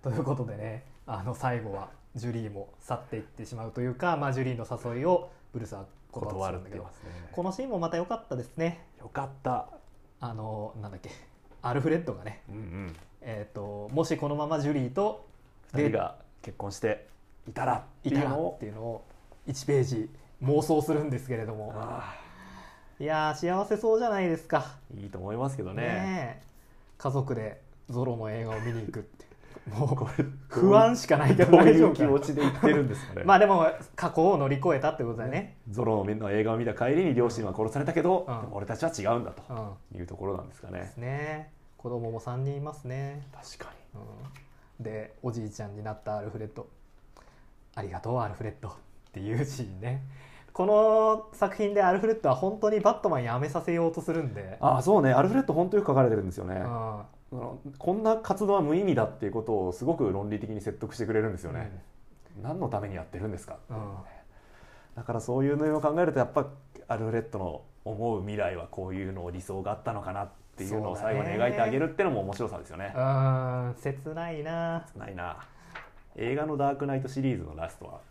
[SPEAKER 1] ということでねあの最後はジュリーも去っていってしまうというか、まあ、ジュリーの誘いをブルースは断
[SPEAKER 2] 断
[SPEAKER 1] る
[SPEAKER 2] るっ
[SPEAKER 1] んだけ
[SPEAKER 2] て言い
[SPEAKER 1] ど
[SPEAKER 2] ますね
[SPEAKER 1] このシーンもまた良かったですね
[SPEAKER 2] よかった
[SPEAKER 1] あのなんだっけアルフレッドがね、
[SPEAKER 2] うんうん
[SPEAKER 1] えー、ともしこのままジュリーと
[SPEAKER 2] 2人が結婚していたらって
[SPEAKER 1] い
[SPEAKER 2] いう
[SPEAKER 1] たら
[SPEAKER 2] の
[SPEAKER 1] っ
[SPEAKER 2] を
[SPEAKER 1] ていうのを1ページ妄想するんですけれども
[SPEAKER 2] あ
[SPEAKER 1] いやー幸せそうじゃないですか
[SPEAKER 2] あいいと思いますけどね
[SPEAKER 1] ねえ家族でゾロの映画を見に行くってもう
[SPEAKER 2] こ れ
[SPEAKER 1] 不安しかないけど
[SPEAKER 2] どう
[SPEAKER 1] 大
[SPEAKER 2] い
[SPEAKER 1] 丈
[SPEAKER 2] う
[SPEAKER 1] 夫
[SPEAKER 2] 気
[SPEAKER 1] かな
[SPEAKER 2] 持ちで言ってるんですかね
[SPEAKER 1] まあでも過去を乗り越えたってことだよね、
[SPEAKER 2] ゾロの面の映画を見た帰りに両親は殺されたけど、
[SPEAKER 1] うん
[SPEAKER 2] でも俺たちは違うんだ
[SPEAKER 1] う
[SPEAKER 2] と
[SPEAKER 1] ん、
[SPEAKER 2] いうところなんですか
[SPEAKER 1] で
[SPEAKER 2] ね
[SPEAKER 1] す。ね子供も3人いますね、
[SPEAKER 2] 確か
[SPEAKER 1] うん、でおじいちゃんになったアルフレッド「ありがとうアルフレッド」っていうシーンねこの作品でアルフレッドは本当にバットマンやめさせようとするんで、
[SPEAKER 2] ああそうねアルフレッド本当よく書かれてるんですよね、
[SPEAKER 1] う
[SPEAKER 2] あ
[SPEAKER 1] ん
[SPEAKER 2] のこんな活動は無意味だっていうことをすごく論理的に説得してくれるんですよね、何のためにやってるんですか
[SPEAKER 1] うん
[SPEAKER 2] だからそういうのを考えるとやっぱアルフレッドの思う未来はこういうのを理想があったのかなっていうのを
[SPEAKER 1] そうだ
[SPEAKER 2] 最
[SPEAKER 1] ね
[SPEAKER 2] 後に描いてあげるってのも面白さですよね
[SPEAKER 1] うん切ないな
[SPEAKER 2] ないな映画の「ダークナイト」シリーズのラストは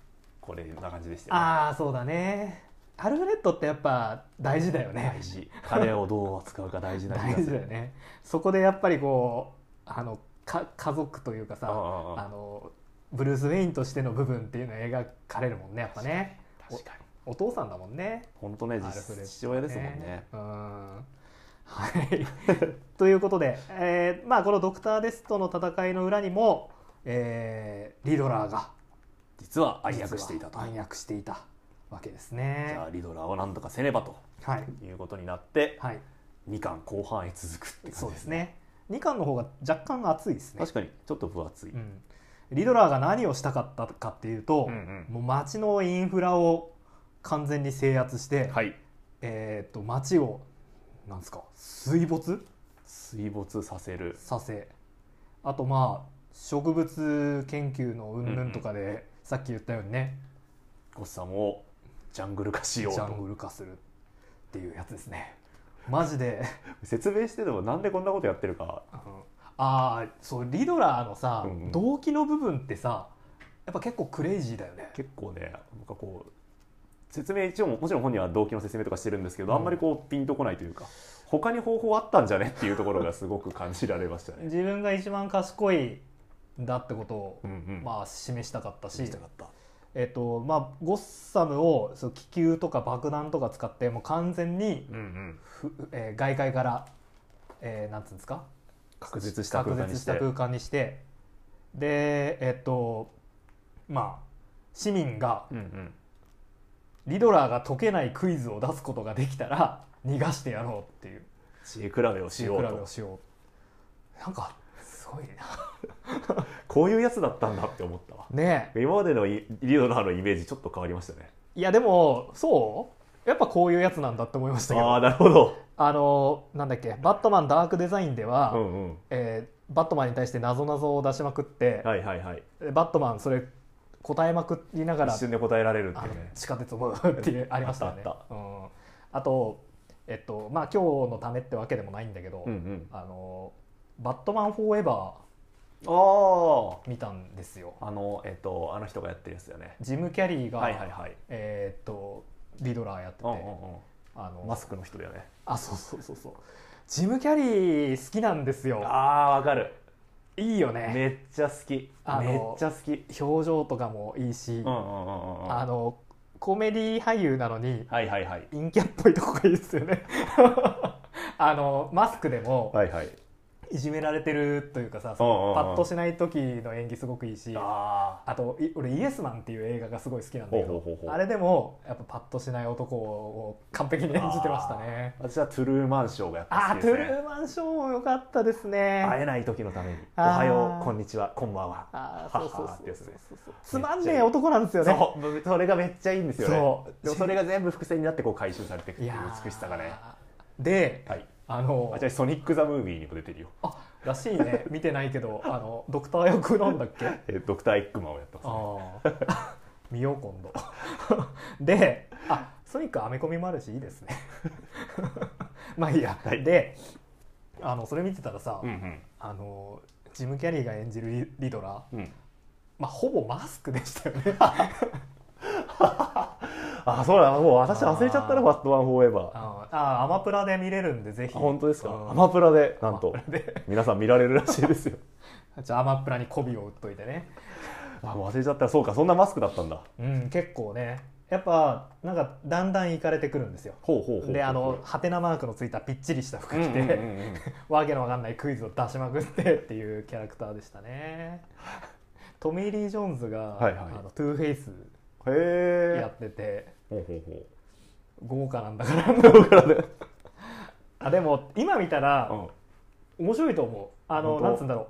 [SPEAKER 2] これな感じでしたよね
[SPEAKER 1] ああそうだねアルフレッドってやっぱ大事だよね
[SPEAKER 2] 大事彼をどう扱うか大事な気
[SPEAKER 1] 大
[SPEAKER 2] がす
[SPEAKER 1] 事だよ
[SPEAKER 2] る
[SPEAKER 1] ねそこでやっぱりこうあのか家族というかさ
[SPEAKER 2] うんうんうん
[SPEAKER 1] あのブルース・ウェインとしての部分っていうのは描かれるもんねやっぱね
[SPEAKER 2] 確かに
[SPEAKER 1] お父さんだもんね
[SPEAKER 2] 本当ね
[SPEAKER 1] アルフレッド
[SPEAKER 2] 実父親ですもんね
[SPEAKER 1] うんはい ということで、えーまあ、この「ドクター・デス」との戦いの裏にも、えーリドラーが
[SPEAKER 2] 実は暗躍していたと
[SPEAKER 1] 実は暗躍していたわけです
[SPEAKER 2] じ
[SPEAKER 1] ね
[SPEAKER 2] ゃあリドラーをなんとかせねばと
[SPEAKER 1] はい、
[SPEAKER 2] いうことになって
[SPEAKER 1] はい、
[SPEAKER 2] 2巻後半へ続くって
[SPEAKER 1] そう
[SPEAKER 2] 感じで
[SPEAKER 1] です
[SPEAKER 2] すね
[SPEAKER 1] ね2巻の方が若干熱いですね
[SPEAKER 2] 確かにちょっと分厚い、
[SPEAKER 1] うん、リドラーが何をしたかったかっていうと、
[SPEAKER 2] うんうん
[SPEAKER 1] もう街のインフラを完全に制圧して、
[SPEAKER 2] はい
[SPEAKER 1] えー、と街をなんですか水没
[SPEAKER 2] 水没させる
[SPEAKER 1] させあとまあ植物研究の云々とかで、さっき言ったようにね
[SPEAKER 2] ゴッサムをジャングル化し
[SPEAKER 1] ジ
[SPEAKER 2] よう
[SPEAKER 1] ャ
[SPEAKER 2] と
[SPEAKER 1] ングル化するっていうやつですねマジで
[SPEAKER 2] 説明してでもなんでこんなことやってるか
[SPEAKER 1] あのあーそうリドラーのさ、
[SPEAKER 2] うんうん
[SPEAKER 1] 動機の部分ってさやっぱ結構クレイジーだよね
[SPEAKER 2] 結構ねなんかこう説明一応ももちろん本人は動機の説明とかしてるんですけど、
[SPEAKER 1] うん
[SPEAKER 2] あんまりこうピンとこないというか他に方法あったんじゃねっていうところがすごく感じられましたね。
[SPEAKER 1] 自分が一番賢いんだってことを
[SPEAKER 2] うんうん
[SPEAKER 1] まあ示したかったし
[SPEAKER 2] 信、じたかった
[SPEAKER 1] えっとまあ、ゴッサムをそう気球とか爆弾とか使ってもう完全に、
[SPEAKER 2] うんうん
[SPEAKER 1] ふえー外界から、えーなんつうんですか
[SPEAKER 2] 確実した
[SPEAKER 1] 隔
[SPEAKER 2] 空間に
[SPEAKER 1] 絶
[SPEAKER 2] し
[SPEAKER 1] してた空間にしてでえっとまあ市民が
[SPEAKER 2] うんうん
[SPEAKER 1] リドラーが解けないクイズを出すことができたら逃がしてやろうっていう
[SPEAKER 2] 知恵比べを
[SPEAKER 1] 知
[SPEAKER 2] し
[SPEAKER 1] 恵
[SPEAKER 2] よ
[SPEAKER 1] 比
[SPEAKER 2] う
[SPEAKER 1] べ
[SPEAKER 2] と
[SPEAKER 1] をしようなんかすごいな
[SPEAKER 2] こういうやつだったんだって思ったわ
[SPEAKER 1] ねえ
[SPEAKER 2] 今までのいリドラーのイメージちょっと変わりましたね
[SPEAKER 1] いやでもそうやっぱこういうやつなんだって思いましたけ
[SPEAKER 2] ああ
[SPEAKER 1] ど
[SPEAKER 2] なるほど
[SPEAKER 1] あのなんだっけ「バットマンダークデザイン」では、
[SPEAKER 2] うんうん
[SPEAKER 1] えーバットマンに対してなぞなぞを出しまくって、
[SPEAKER 2] はいはいはい
[SPEAKER 1] でバットマンそれ答えまくりながら
[SPEAKER 2] 一瞬で答えられるっ
[SPEAKER 1] あ
[SPEAKER 2] てい
[SPEAKER 1] の
[SPEAKER 2] うね
[SPEAKER 1] 地下鉄を戻るっていうありましたよね
[SPEAKER 2] あった
[SPEAKER 1] う
[SPEAKER 2] あっ
[SPEAKER 1] ん、あとえっとまあ今日のためってわけでもないんだけど、
[SPEAKER 2] うんうん
[SPEAKER 1] あのバットマンフォーエバ
[SPEAKER 2] あ
[SPEAKER 1] ー見たんですよ
[SPEAKER 2] ああのえっ、とあの人がやってるやつだよね
[SPEAKER 1] ジム・キャリーが、
[SPEAKER 2] はいはいはい
[SPEAKER 1] えーっとリドラーやってて、
[SPEAKER 2] うんうん
[SPEAKER 1] あ
[SPEAKER 2] う
[SPEAKER 1] の
[SPEAKER 2] んマスクの人だよね
[SPEAKER 1] あそうそうそうそうジム・キャリー好きなんですよ
[SPEAKER 2] ああわかる
[SPEAKER 1] いいよね
[SPEAKER 2] めっちゃ好き
[SPEAKER 1] あの
[SPEAKER 2] めっちゃ好き
[SPEAKER 1] 表情とかもいいし、
[SPEAKER 2] うんうんうんうんうん
[SPEAKER 1] あのコメディ俳優なのに
[SPEAKER 2] はいはいはい
[SPEAKER 1] 陰キャっぽいとこがいいですよね あのマスクでも
[SPEAKER 2] はいはい
[SPEAKER 1] いじめられてるというかさ、そ
[SPEAKER 2] うんうんう
[SPEAKER 1] の
[SPEAKER 2] ん
[SPEAKER 1] パッとしない時の演技すごくいいしあ
[SPEAKER 2] あ
[SPEAKER 1] とい俺「イエスマン」っていう映画がすごい好きなんだけ
[SPEAKER 2] ほう
[SPEAKER 1] ど
[SPEAKER 2] ほうほうほう
[SPEAKER 1] あれでもやっぱパッとしない男を完璧に演じてましたね
[SPEAKER 2] あ私はトゥルーマンショーがやっ
[SPEAKER 1] あ
[SPEAKER 2] ぱ
[SPEAKER 1] ー
[SPEAKER 2] 好き
[SPEAKER 1] トゥ
[SPEAKER 2] です
[SPEAKER 1] ル
[SPEAKER 2] ね
[SPEAKER 1] ーマンショーも良かったですね
[SPEAKER 2] 会えない時のためにお
[SPEAKER 1] あー
[SPEAKER 2] はようこんにちはこんばんは
[SPEAKER 1] あーそうそう
[SPEAKER 2] ははーって
[SPEAKER 1] そう
[SPEAKER 2] やつ
[SPEAKER 1] そうそ
[SPEAKER 2] ね
[SPEAKER 1] うそうつまんねえ男なんですよね
[SPEAKER 2] そうそれがめっちゃいいんですよね
[SPEAKER 1] そう
[SPEAKER 2] でもそれが全部伏線になってこう回収されていくって
[SPEAKER 1] い
[SPEAKER 2] いう
[SPEAKER 1] やー
[SPEAKER 2] 美しさがね
[SPEAKER 1] で
[SPEAKER 2] はい
[SPEAKER 1] あの
[SPEAKER 2] あじゃあソニック・ザ・ムービーにも出てるよ、
[SPEAKER 1] らしいね見てないけどあのドクター役なんだっけ
[SPEAKER 2] えードクター・エッグマンをやってます、ね、
[SPEAKER 1] ああ見よう今度であソニックアメコミもあるしいいですね まあいいや、
[SPEAKER 2] はい
[SPEAKER 1] であのそれ見てたらさ、
[SPEAKER 2] うん
[SPEAKER 1] あのジム・キャリーが演じるリリドラー、
[SPEAKER 2] うんうん
[SPEAKER 1] まあ、ほぼマスクでしたよ ね
[SPEAKER 2] あそうだもう私忘れちゃった
[SPEAKER 1] あ
[SPEAKER 2] な
[SPEAKER 1] ー
[SPEAKER 2] バットマンフォーエバー
[SPEAKER 1] ああアマプラで見れるんでぜひ
[SPEAKER 2] あ本当ですか
[SPEAKER 1] うん
[SPEAKER 2] アマプラでなんと皆さん見られるらしいです よ
[SPEAKER 1] じゃあアマプラに媚びを打っといてね
[SPEAKER 2] あもう忘れちゃったそうかそんなマスクだったんだ
[SPEAKER 1] うん結構ねやっぱなんかだんだんいかれてくるんですよ
[SPEAKER 2] ほうほうほうほう
[SPEAKER 1] であのハテナマークのついたぴっちりした服
[SPEAKER 2] うんう
[SPEAKER 1] 着
[SPEAKER 2] ん
[SPEAKER 1] て、
[SPEAKER 2] うんうん
[SPEAKER 1] わけのわかんないクイズを出しまくってっていうキャラクターでしたねトミー・リー・ジョーンズが、
[SPEAKER 2] はいはい
[SPEAKER 1] あのトゥーフェイスや
[SPEAKER 2] へえ
[SPEAKER 1] ってて
[SPEAKER 2] ほうほうほ
[SPEAKER 1] 豪華なんだから
[SPEAKER 2] うだからね
[SPEAKER 1] あでも今見た
[SPEAKER 2] う
[SPEAKER 1] ら
[SPEAKER 2] ん
[SPEAKER 1] 面白いと思うあの
[SPEAKER 2] 本当
[SPEAKER 1] なんつうんだろ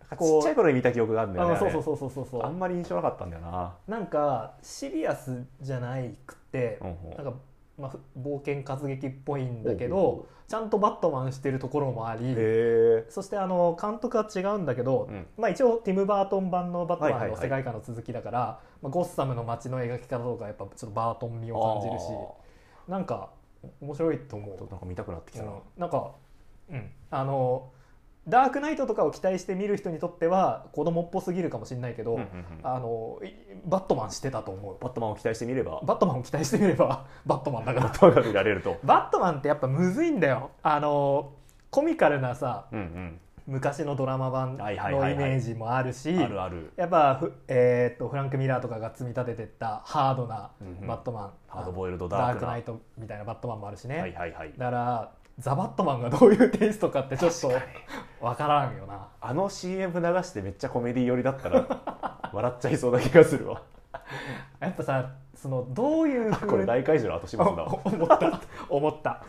[SPEAKER 2] なんかち
[SPEAKER 1] こ
[SPEAKER 2] っ
[SPEAKER 1] う
[SPEAKER 2] ちゃい頃に見た記憶があるん
[SPEAKER 1] う
[SPEAKER 2] だよ
[SPEAKER 1] あ
[SPEAKER 2] ね
[SPEAKER 1] のそうそう
[SPEAKER 2] う
[SPEAKER 1] そうそうそう
[SPEAKER 2] あんまり印象なかったんだよな
[SPEAKER 1] なんかシリアスじゃないくて、
[SPEAKER 2] うんうん
[SPEAKER 1] なんか、まあ、ふ冒険活劇っぽいんだけど、
[SPEAKER 2] ほうほうほ
[SPEAKER 1] ちゃんとバットマンしてるところもあり、
[SPEAKER 2] へえ
[SPEAKER 1] そしてあの監督は違うんだけど、
[SPEAKER 2] うん
[SPEAKER 1] まあ、一応ティム・バートン版の「バット
[SPEAKER 2] はい
[SPEAKER 1] マ
[SPEAKER 2] は
[SPEAKER 1] ン」
[SPEAKER 2] い
[SPEAKER 1] の
[SPEAKER 2] はい
[SPEAKER 1] 世界観の続きだから、まあ、ゴッサムの街の描き方とかやっぱちょっとバートン味を感じるしなんか面白いと思う、
[SPEAKER 2] なんか見たくなってき
[SPEAKER 1] う
[SPEAKER 2] たな、
[SPEAKER 1] んなんか、うん、あのダークナイトとかを期待して見る人にとっては子供っぽすぎるかもしれないけど、
[SPEAKER 2] うんうんうん
[SPEAKER 1] あのいバットマンしてたと思
[SPEAKER 2] バットマンを期待してみれば
[SPEAKER 1] うバットマンを期待してみれば バットマンだから
[SPEAKER 2] バットマンが見られると、
[SPEAKER 1] バットマンってやっぱむずいんだよあのコミカルなさ
[SPEAKER 2] うん
[SPEAKER 1] 昔のドラマ版の
[SPEAKER 2] はいはいはいはい
[SPEAKER 1] イメージもあるし
[SPEAKER 2] うん、あるある
[SPEAKER 1] やっぱフ,、えーっとフランク・ミラーとかが積み立ててったハードな
[SPEAKER 2] うんうん
[SPEAKER 1] バットマン、
[SPEAKER 2] ハードボイルド
[SPEAKER 1] あのダ
[SPEAKER 2] ダ
[SPEAKER 1] ー
[SPEAKER 2] ー
[SPEAKER 1] ク
[SPEAKER 2] クな
[SPEAKER 1] ナイトみたいなバットマンもあるしね、
[SPEAKER 2] はいはいはい
[SPEAKER 1] だからザ・バットマンがどういうテイストかってちょっと
[SPEAKER 2] 確か
[SPEAKER 1] わからんよな
[SPEAKER 2] あの CM 流してめっちゃコメディ寄りだったら 笑っちゃいそうな気がするわ
[SPEAKER 1] やっぱさそのどういうふ
[SPEAKER 2] これ
[SPEAKER 1] うに
[SPEAKER 2] 大怪獣の後始末だわ
[SPEAKER 1] 思った思った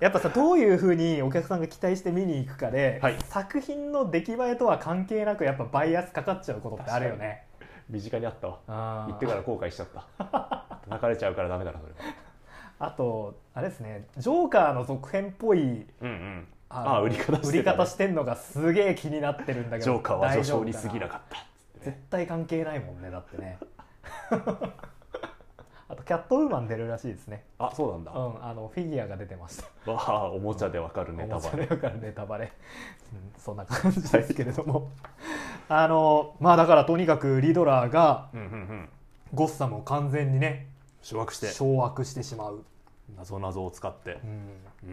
[SPEAKER 1] やっぱさどういうふうにお客さんが期待して見に行くかで、
[SPEAKER 2] はい
[SPEAKER 1] 作品の出来栄えとは関係なくやっぱバイアスかかっちゃうことってあるよね
[SPEAKER 2] 身近にあったわ
[SPEAKER 1] あ
[SPEAKER 2] 言ってから後悔しちゃった泣かれちゃうからダメだなそれは
[SPEAKER 1] あとあれですねジョーカーの続編っぽい
[SPEAKER 2] うんうん
[SPEAKER 1] あ
[SPEAKER 2] ああ売り方してたね
[SPEAKER 1] 売り方してんのがすげえ気になってるんだけど
[SPEAKER 2] ジョーカーは
[SPEAKER 1] 大
[SPEAKER 2] 序
[SPEAKER 1] 丈夫
[SPEAKER 2] 章に過ぎなかったっつって
[SPEAKER 1] 絶
[SPEAKER 2] ね
[SPEAKER 1] 対関係ないもんねだってね あとキャットウーマン出るらしいですね
[SPEAKER 2] あそうなんだ
[SPEAKER 1] う、んあのフィギュアが出てました
[SPEAKER 2] わあおもちゃでわかるネタバレ
[SPEAKER 1] だからネタバレ、うん、そんな感じですけれどもあのまあだからとにかくリドラーが
[SPEAKER 2] うんうんうん
[SPEAKER 1] ゴッサムを完全にね
[SPEAKER 2] 掌握して
[SPEAKER 1] 掌握してしまう、
[SPEAKER 2] 謎謎を使って
[SPEAKER 1] うん
[SPEAKER 2] う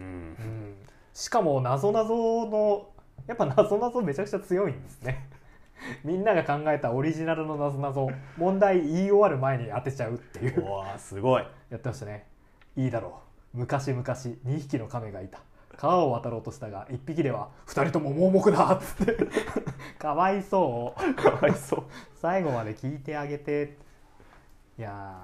[SPEAKER 1] う
[SPEAKER 2] ん
[SPEAKER 1] んしかもなぞなぞのやっぱなぞなぞめちゃくちゃ強いんですね みんなが考えたオリジナルのなぞなぞ問題言い終わる前に当てちゃうっていう
[SPEAKER 2] うわあすごい
[SPEAKER 1] やってましたねいいだろう昔々2匹の亀がいた川を渡ろうとしたが一匹では2人とも盲目だっつって かわいそう
[SPEAKER 2] かわいそう
[SPEAKER 1] 最後まで聞いてあげていや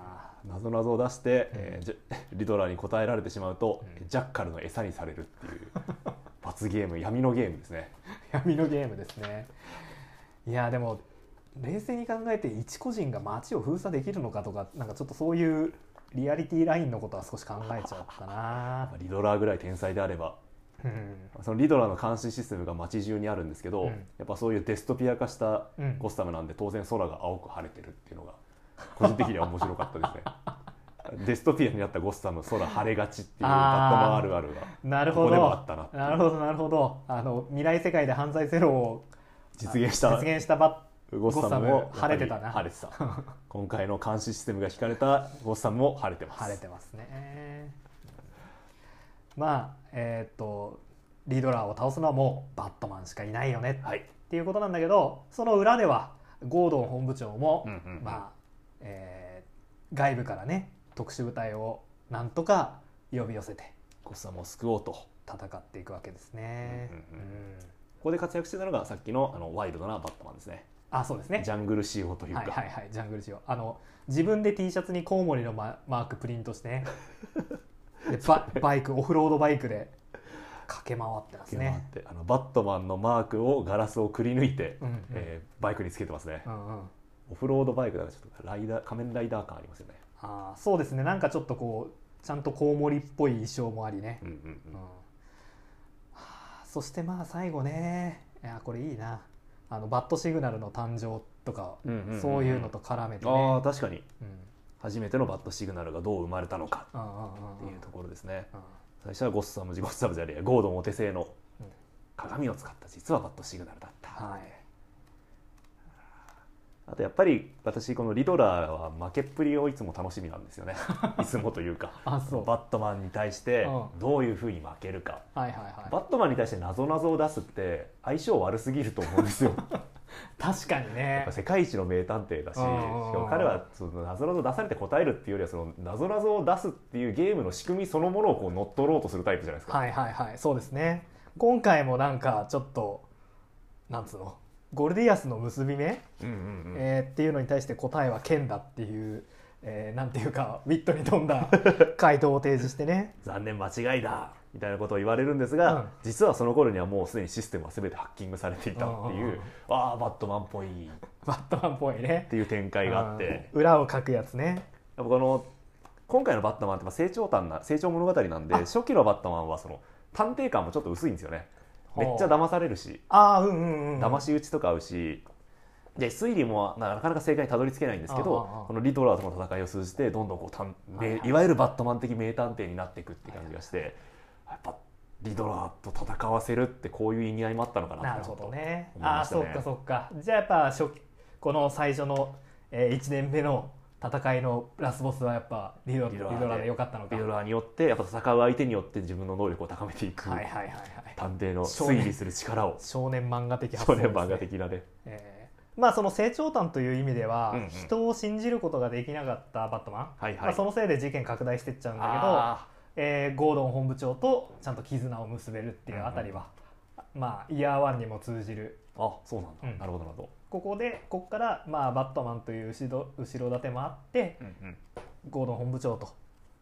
[SPEAKER 2] なぞなぞを出して、えーじゃリドラーに答えられてしまうと、ジャッカルの餌にされるっていう罰ゲーム闇のゲームですね
[SPEAKER 1] ー闇のゲームですねいやーでも冷静に考えて一個人が街を封鎖できるのかとかなんかちょっとそういうリアリティラインのことは少し考えちゃったな
[SPEAKER 2] リドラーぐらい天才であれば
[SPEAKER 1] うん
[SPEAKER 2] そのリドラーの監視システムが街中にあるんですけど、
[SPEAKER 1] うん
[SPEAKER 2] やっぱそういうデストピア化した
[SPEAKER 1] うん
[SPEAKER 2] ゴッサムなんで当然空が青く晴れてるっていうのが個人的には面白かった ですねデストピアになったゴッサム空晴れがちっていうバットマンあるあるが
[SPEAKER 1] なるほ
[SPEAKER 2] ここでもあ
[SPEAKER 1] ど
[SPEAKER 2] ったなっていう
[SPEAKER 1] なるほどなるほどあの未来世界で犯罪ゼロを
[SPEAKER 2] 実現した
[SPEAKER 1] 実現したば
[SPEAKER 2] ゴッサムも
[SPEAKER 1] ゴッサム晴れてたな
[SPEAKER 2] 晴れてた今回の監視システムが引かれたゴッサムも晴れてます
[SPEAKER 1] 晴れてますねまあえーっとリードラーを倒すのはもうバットマンしかいないよね
[SPEAKER 2] はい
[SPEAKER 1] っていうことなんだけどその裏ではゴードン本部長も、
[SPEAKER 2] うんうんうん
[SPEAKER 1] まあえー外部からね特殊部隊をなんとか呼び寄せて
[SPEAKER 2] ゴッサムを救おうとこ
[SPEAKER 1] 戦っていくわけですね。
[SPEAKER 2] うんうんうん
[SPEAKER 1] うん
[SPEAKER 2] こで活躍してたのがさっきのあのワイルドなバットマンですね
[SPEAKER 1] あそうですね
[SPEAKER 2] ジャングル仕様というか、
[SPEAKER 1] はいはいはいジャングル仕様あの自分で T シャツにコウモリのママークプリントして ねでババイクオフロードバイクで駆け回ってます
[SPEAKER 2] っていうのがあ
[SPEAKER 1] ね
[SPEAKER 2] ってあのバットマンのマークをガラスをくり抜いて、
[SPEAKER 1] うんうん
[SPEAKER 2] えーバイクにつけてますね、
[SPEAKER 1] うんうん
[SPEAKER 2] オフロードバイクだからちょっとライダー仮面ライダー感ありますよね、
[SPEAKER 1] あーそうですねなんかちょっとこうちゃんとコウモリっぽい衣装もありね
[SPEAKER 2] う、んうん
[SPEAKER 1] う
[SPEAKER 2] うんん、
[SPEAKER 1] はあそしてまあ最後ねいやこれいいなあのバッドシグナルの誕生とか、
[SPEAKER 2] うんうんうんうん
[SPEAKER 1] そういうのと絡めてね
[SPEAKER 2] ああ確かに
[SPEAKER 1] うん
[SPEAKER 2] 初めてのバットシグナルがどう生まれたのか
[SPEAKER 1] うんうん
[SPEAKER 2] って
[SPEAKER 1] うんうん
[SPEAKER 2] いうところですね、
[SPEAKER 1] うん
[SPEAKER 2] 最初はゴッサムゴッサムじゃねえやゴードンお手製の
[SPEAKER 1] うん
[SPEAKER 2] 鏡を使った実はバットシグナルだった、
[SPEAKER 1] はい
[SPEAKER 2] あとやっぱり私このリドラーは負けっぷりをいつも楽しみなんです よねいつもというか
[SPEAKER 1] あそう
[SPEAKER 2] バットマンに対して
[SPEAKER 1] う
[SPEAKER 2] どういうふうに負けるか、
[SPEAKER 1] はいはいはい
[SPEAKER 2] バットマンに対して謎々を出すって相性悪すぎると思う んですよ
[SPEAKER 1] 確かに
[SPEAKER 2] やっ
[SPEAKER 1] ね
[SPEAKER 2] ぱ世界一の名探偵だしし
[SPEAKER 1] う
[SPEAKER 2] か
[SPEAKER 1] んうんうん
[SPEAKER 2] も彼はその謎々出されて答えるっていうよりはその謎々を出すっていうゲームの仕組みそのものをこう乗っ取ろうとするタイプじゃないですか、
[SPEAKER 1] はいはいはいそうですね今回もなんかちょっとなんつうのゴルディアスの結び目、
[SPEAKER 2] うんうんうん
[SPEAKER 1] えーっていうのに対して答えは剣だっていう、えーなんていうかウィットに富ん だ回答を提示してね
[SPEAKER 2] 残念間違いだみたいなことを言われるんですが、
[SPEAKER 1] うん
[SPEAKER 2] 実はその頃にはもうすでにシステムは全てハッキングされていたっていう、
[SPEAKER 1] うんうんうん
[SPEAKER 2] ああバットマンっぽいっ
[SPEAKER 1] バットマンっぽいね
[SPEAKER 2] ていう展開があって、やっ
[SPEAKER 1] うん裏を書くやつね
[SPEAKER 2] ぱこの今回のバットマンってまあ成長譚な成長物語なんで
[SPEAKER 1] あ
[SPEAKER 2] 初期のバットマンはその探偵感もちょっと薄いんですよね
[SPEAKER 1] ほ
[SPEAKER 2] め
[SPEAKER 1] う
[SPEAKER 2] っちゃ騙されるし
[SPEAKER 1] ああうんうんうん
[SPEAKER 2] 騙し討ちとか合うし、で推理もなかなか正解にたどり着けないんですけど
[SPEAKER 1] ああああ
[SPEAKER 2] このリドラーとの戦いを通じてどんどんこう探
[SPEAKER 1] はいはい
[SPEAKER 2] 名いわゆるバットマン的名探偵になっていくって感じがして、やっぱリドラーと戦わせるってこういう意味合いもあったのかな
[SPEAKER 1] なるほどね
[SPEAKER 2] 思い
[SPEAKER 1] あ
[SPEAKER 2] ま
[SPEAKER 1] あ
[SPEAKER 2] したね
[SPEAKER 1] そっかそっかじゃあやっぱ初期この最初の、え1年目の戦いのラスボスはやっぱリド
[SPEAKER 2] リ
[SPEAKER 1] リ
[SPEAKER 2] ド
[SPEAKER 1] ド
[SPEAKER 2] ラーで
[SPEAKER 1] ラで良かったのか
[SPEAKER 2] リドラーによってやっぱ戦う相手によって自分の能力を高めていく、
[SPEAKER 1] はいはいはいはい
[SPEAKER 2] 探偵の
[SPEAKER 1] 少年
[SPEAKER 2] 推理する力を
[SPEAKER 1] 少年漫画的発
[SPEAKER 2] 少
[SPEAKER 1] 想です
[SPEAKER 2] 年
[SPEAKER 1] ね
[SPEAKER 2] 漫画的なね
[SPEAKER 1] えーまあその成長譚という意味では、
[SPEAKER 2] うんうん
[SPEAKER 1] 人を信じることができなかったバットマン、
[SPEAKER 2] はいはい
[SPEAKER 1] まあ、そのせいで事件拡大してっちゃうんだ
[SPEAKER 2] あ
[SPEAKER 1] けど、えーゴードン本部長とちゃんと絆を結べるっていうあたりは、まあイヤーワンにも通じる
[SPEAKER 2] ーあそうなんだ、
[SPEAKER 1] うん
[SPEAKER 2] なるほどなるほ
[SPEAKER 1] ここでここからまあバットマンという後ろ後ろ盾もあって
[SPEAKER 2] ど、うんうん、
[SPEAKER 1] ゴードン本部長と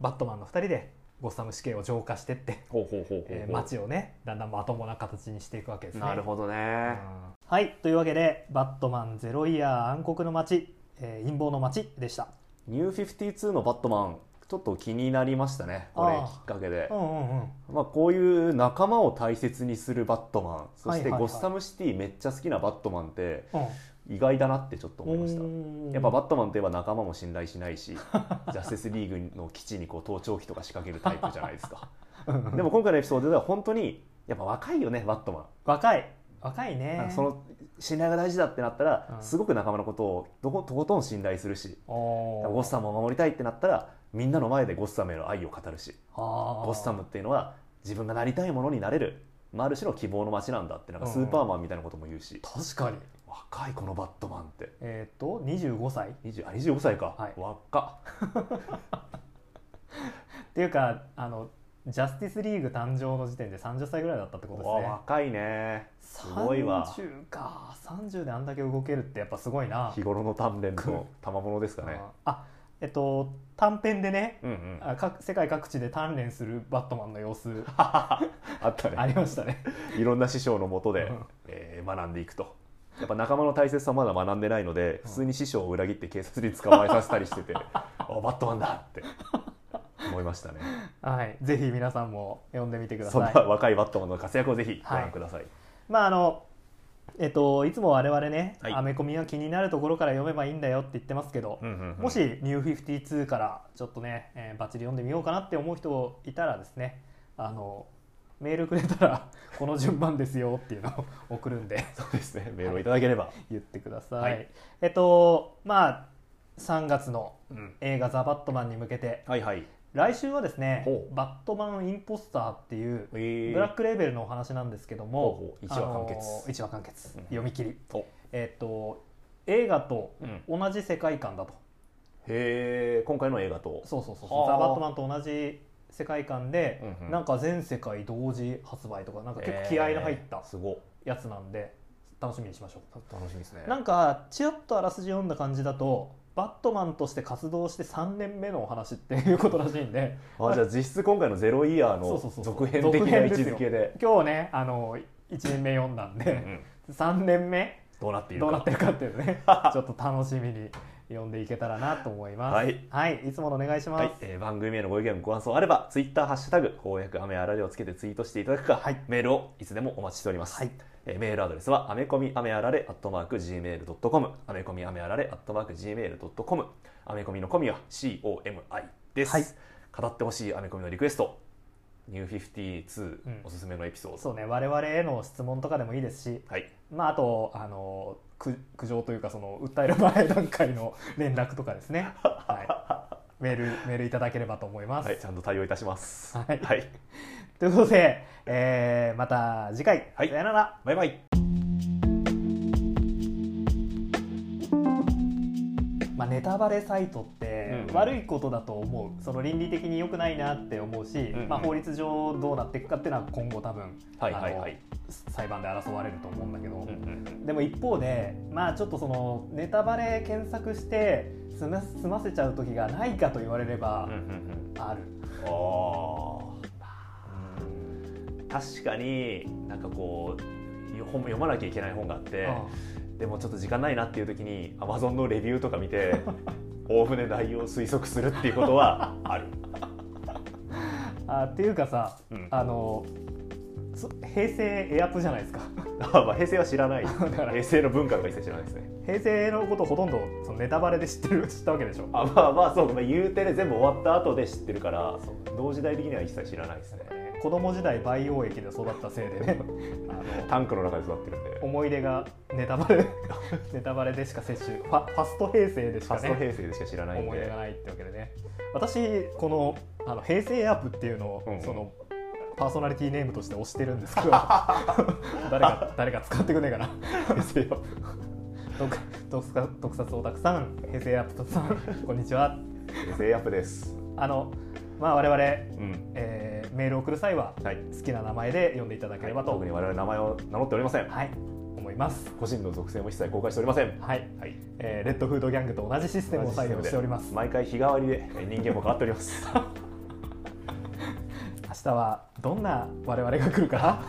[SPEAKER 1] バットマンの2人でゴッサム死刑を浄化してって、
[SPEAKER 2] ほうほうほうほうほう、
[SPEAKER 1] えー街をねだんだんまともな形にしていくわけですね。
[SPEAKER 2] なるほどね、
[SPEAKER 1] はいというわけで「バットマンゼロイヤー暗黒の街、えー陰謀の街」でした
[SPEAKER 2] ニュー52のバットマンちょっと気になりましたねこれ
[SPEAKER 1] ああ
[SPEAKER 2] きっかけで
[SPEAKER 1] うんうんうん
[SPEAKER 2] まあ、こういう仲間を大切にするバットマンそして
[SPEAKER 1] はいはいは
[SPEAKER 2] ゴ
[SPEAKER 1] い
[SPEAKER 2] ッサムシティめっちゃ好きなバットマンって
[SPEAKER 1] うん
[SPEAKER 2] 意外だなってちょっと思いましたやっぱ
[SPEAKER 1] バッ
[SPEAKER 2] バットマンといえば仲間も信頼しな いしジャスティスリーグの基地にこう盗聴器とか仕掛けるタイプじゃないです かでも今回のエピソードでは本当にやっぱ若いよねバットマン
[SPEAKER 1] 若い若い
[SPEAKER 2] なん
[SPEAKER 1] ね
[SPEAKER 2] かその信頼が大事だってなったら、
[SPEAKER 1] うん
[SPEAKER 2] すごく仲間のことをどことことん信頼するし
[SPEAKER 1] お
[SPEAKER 2] ゴッサムを守りたいってなったらみんなの前でゴッサムへの愛を語るしゴ
[SPEAKER 1] ゴ
[SPEAKER 2] ッサムっていうのは自分がなりたいものになれる、まあ、ある種の希望の街なんだってなんか
[SPEAKER 1] うん
[SPEAKER 2] スーパーマンみたいなことも言うし、
[SPEAKER 1] 確かに
[SPEAKER 2] 若いこのバットマンって
[SPEAKER 1] えーっと25歳っ
[SPEAKER 2] 20あ25歳か、
[SPEAKER 1] はい
[SPEAKER 2] 若って
[SPEAKER 1] いうかあのジャスティスリーグ誕生の時点で30歳ぐらいだったってことです
[SPEAKER 2] う
[SPEAKER 1] ね
[SPEAKER 2] わ若いねすごいわ
[SPEAKER 1] 30か30であんだけ動けるってやっぱすごいな
[SPEAKER 2] 日頃の鍛錬 の賜物ですかね
[SPEAKER 1] ああえっと短編でね、
[SPEAKER 2] うんうんあ
[SPEAKER 1] あか世界各地で鍛錬するバットマンの様子
[SPEAKER 2] った
[SPEAKER 1] あり
[SPEAKER 2] ね
[SPEAKER 1] ました ね
[SPEAKER 2] いろんな師匠のもとで、
[SPEAKER 1] うん
[SPEAKER 2] えー学んでいくとやっぱ仲間の大切さまだ学んでないので普通に師匠を裏切って警察に捕まえさせたりして てあバットマンだって思いま したね
[SPEAKER 1] はいぜひ皆さんも読んでみてくだ
[SPEAKER 2] そん
[SPEAKER 1] さ
[SPEAKER 2] ない若いバットマンの活躍をぜひご覧ください、
[SPEAKER 1] まああのえっといつも我々ね、
[SPEAKER 2] はい
[SPEAKER 1] アメコミは気になるところから読めばいいんだよって言ってますけど、
[SPEAKER 2] うんうんうん
[SPEAKER 1] もし「ニュー52」からちょっとね、えーバッチリ読んでみようかなって思う人いたらですねあのメールくれたら この順番ですよっていうのを送るんで
[SPEAKER 2] そうですねメールをいただければ、
[SPEAKER 1] 言ってください、
[SPEAKER 2] はい
[SPEAKER 1] えっとまあ3月の
[SPEAKER 2] うん
[SPEAKER 1] 映画「ザ・バットマン」に向けて
[SPEAKER 2] はいはい
[SPEAKER 1] 来週はですね
[SPEAKER 2] ほ
[SPEAKER 1] 「
[SPEAKER 2] う
[SPEAKER 1] バットマン・インポスター」っていう
[SPEAKER 2] え
[SPEAKER 1] ブラックレーベルのお話なんですけども、
[SPEAKER 2] ほうほう一話完
[SPEAKER 1] あ
[SPEAKER 2] 結
[SPEAKER 1] のー一話完結
[SPEAKER 2] うん
[SPEAKER 1] 読み切り、
[SPEAKER 2] と
[SPEAKER 1] えっと映画と
[SPEAKER 2] うん
[SPEAKER 1] 同じ世界観だと、
[SPEAKER 2] へえ今回の映画と
[SPEAKER 1] そうそうそう
[SPEAKER 2] は
[SPEAKER 1] ザ・
[SPEAKER 2] あ
[SPEAKER 1] バットマンと同じ世界観で、
[SPEAKER 2] うんうん
[SPEAKER 1] なんか全世界同時発売とかなんか結構気合いの入っ
[SPEAKER 2] えー
[SPEAKER 1] た
[SPEAKER 2] すごい
[SPEAKER 1] やつなんで、楽しみにしましょ
[SPEAKER 2] 楽しみですね
[SPEAKER 1] うなんかちらっとあらすじ読んだ感じだとバットマンとして活動して3年目のお話っていうことらしいん で
[SPEAKER 2] あじゃあ実質今回の「ゼロイヤー
[SPEAKER 1] そうそうそ
[SPEAKER 2] の
[SPEAKER 1] う
[SPEAKER 2] 続編的な位置づけで
[SPEAKER 1] 今日ねあの1年目読んだん
[SPEAKER 2] う
[SPEAKER 1] で
[SPEAKER 2] んうん
[SPEAKER 1] 3年目
[SPEAKER 2] どうなっている
[SPEAKER 1] どう
[SPEAKER 2] か
[SPEAKER 1] なってるかっていうの ねちょっと楽しみに読んでいけたらなと思います
[SPEAKER 2] はい、
[SPEAKER 1] い、つものお願いします、
[SPEAKER 2] はいえー番組へのご意見ご感想あればツイッターハッシュタグ翻訳アメアラジオをつけてツイートしていただくか、
[SPEAKER 1] はい
[SPEAKER 2] メールをいつでもお待ちしております、
[SPEAKER 1] はい
[SPEAKER 2] えーメールアドレスはアメコミアメアラレアットマーク Gmail.com アメコミアメアラレアットマーク Gmail.com アメコミのコミは COMI です、
[SPEAKER 1] はい
[SPEAKER 2] 語ってほしいアメコミのリクエストニュー52
[SPEAKER 1] うん
[SPEAKER 2] おすすめのエピソード、
[SPEAKER 1] そうね我々への質問とかでもいいですし
[SPEAKER 2] はい
[SPEAKER 1] まああとあのく苦情というかその訴える前段階の連絡とかです ね、はい、メールメールいただければと思います、
[SPEAKER 2] はい、ちゃんと対応いたします
[SPEAKER 1] はい
[SPEAKER 2] はい、
[SPEAKER 1] ということで、えーまた次回、
[SPEAKER 2] はい
[SPEAKER 1] さよなら
[SPEAKER 2] バイバイ
[SPEAKER 1] まあ、ネタバレサイトって
[SPEAKER 2] うん
[SPEAKER 1] 悪いことだと思うその倫理的に良くないなって思うし、
[SPEAKER 2] んうん
[SPEAKER 1] まあ、法律上どうなっていくかっていうのは今後多分、
[SPEAKER 2] はいはいはい
[SPEAKER 1] あの裁判で争われると思うんだけど、
[SPEAKER 2] うんうん
[SPEAKER 1] でも一方でまあちょっとそのネタバレ検索して済ま済ませちゃう時がないかと言われれば
[SPEAKER 2] うんうんうん
[SPEAKER 1] ある、
[SPEAKER 2] あー確かになんかこうよ本読まなきゃいけない本があってでもちょっと時間ないなっていう時に Amazon のレビューとか見て おおむね内容を推測するっていうことはある、
[SPEAKER 1] あっていうかさ
[SPEAKER 2] うん、あ
[SPEAKER 1] あのそ平成エアプじゃないですか
[SPEAKER 2] まあ平成は知らない
[SPEAKER 1] から
[SPEAKER 2] 平成の文化とか一切知らないですね
[SPEAKER 1] 平成のことほとんどそのネタバレで知ってる知 ったわけでしょ
[SPEAKER 2] あまあまあそうか、まあ、言うてで全部終わった後で知ってるから同時代的には一切知らないですね
[SPEAKER 1] 子供時代培養液で育ったせいで ねあの
[SPEAKER 2] タンクの中で育ってるんで
[SPEAKER 1] 思い出がネタバレ ネタバレでしか摂取ファファスト平成でし
[SPEAKER 2] フ
[SPEAKER 1] か
[SPEAKER 2] ァスト
[SPEAKER 1] ね
[SPEAKER 2] 平成でしか知らないん
[SPEAKER 1] 思い出
[SPEAKER 2] で
[SPEAKER 1] がないってわけでね私このあの平成エアップっていうのを、
[SPEAKER 2] うんうん
[SPEAKER 1] そのパーソナリティネームとして推してるん ですけど誰が誰が使ってくんねえかな
[SPEAKER 2] 平成は
[SPEAKER 1] 特特撮特撮オタクさん平成エアップさん こんにちは
[SPEAKER 2] 平成アップです
[SPEAKER 1] あのまあ我々、
[SPEAKER 2] うん
[SPEAKER 1] えーメールを送る際は
[SPEAKER 2] はい
[SPEAKER 1] 好きな名前で読んでいただければと、
[SPEAKER 2] 特に我々名前を名乗っておりません、
[SPEAKER 1] はい、思います
[SPEAKER 2] 個人の属性も一切公開しておりません、
[SPEAKER 1] はい、
[SPEAKER 2] はい、
[SPEAKER 1] えーレッドフードギャングと同じシステムを採用しております。
[SPEAKER 2] 毎回日替わりでえー人間も変わっております
[SPEAKER 1] 明日はどんな我々が来るか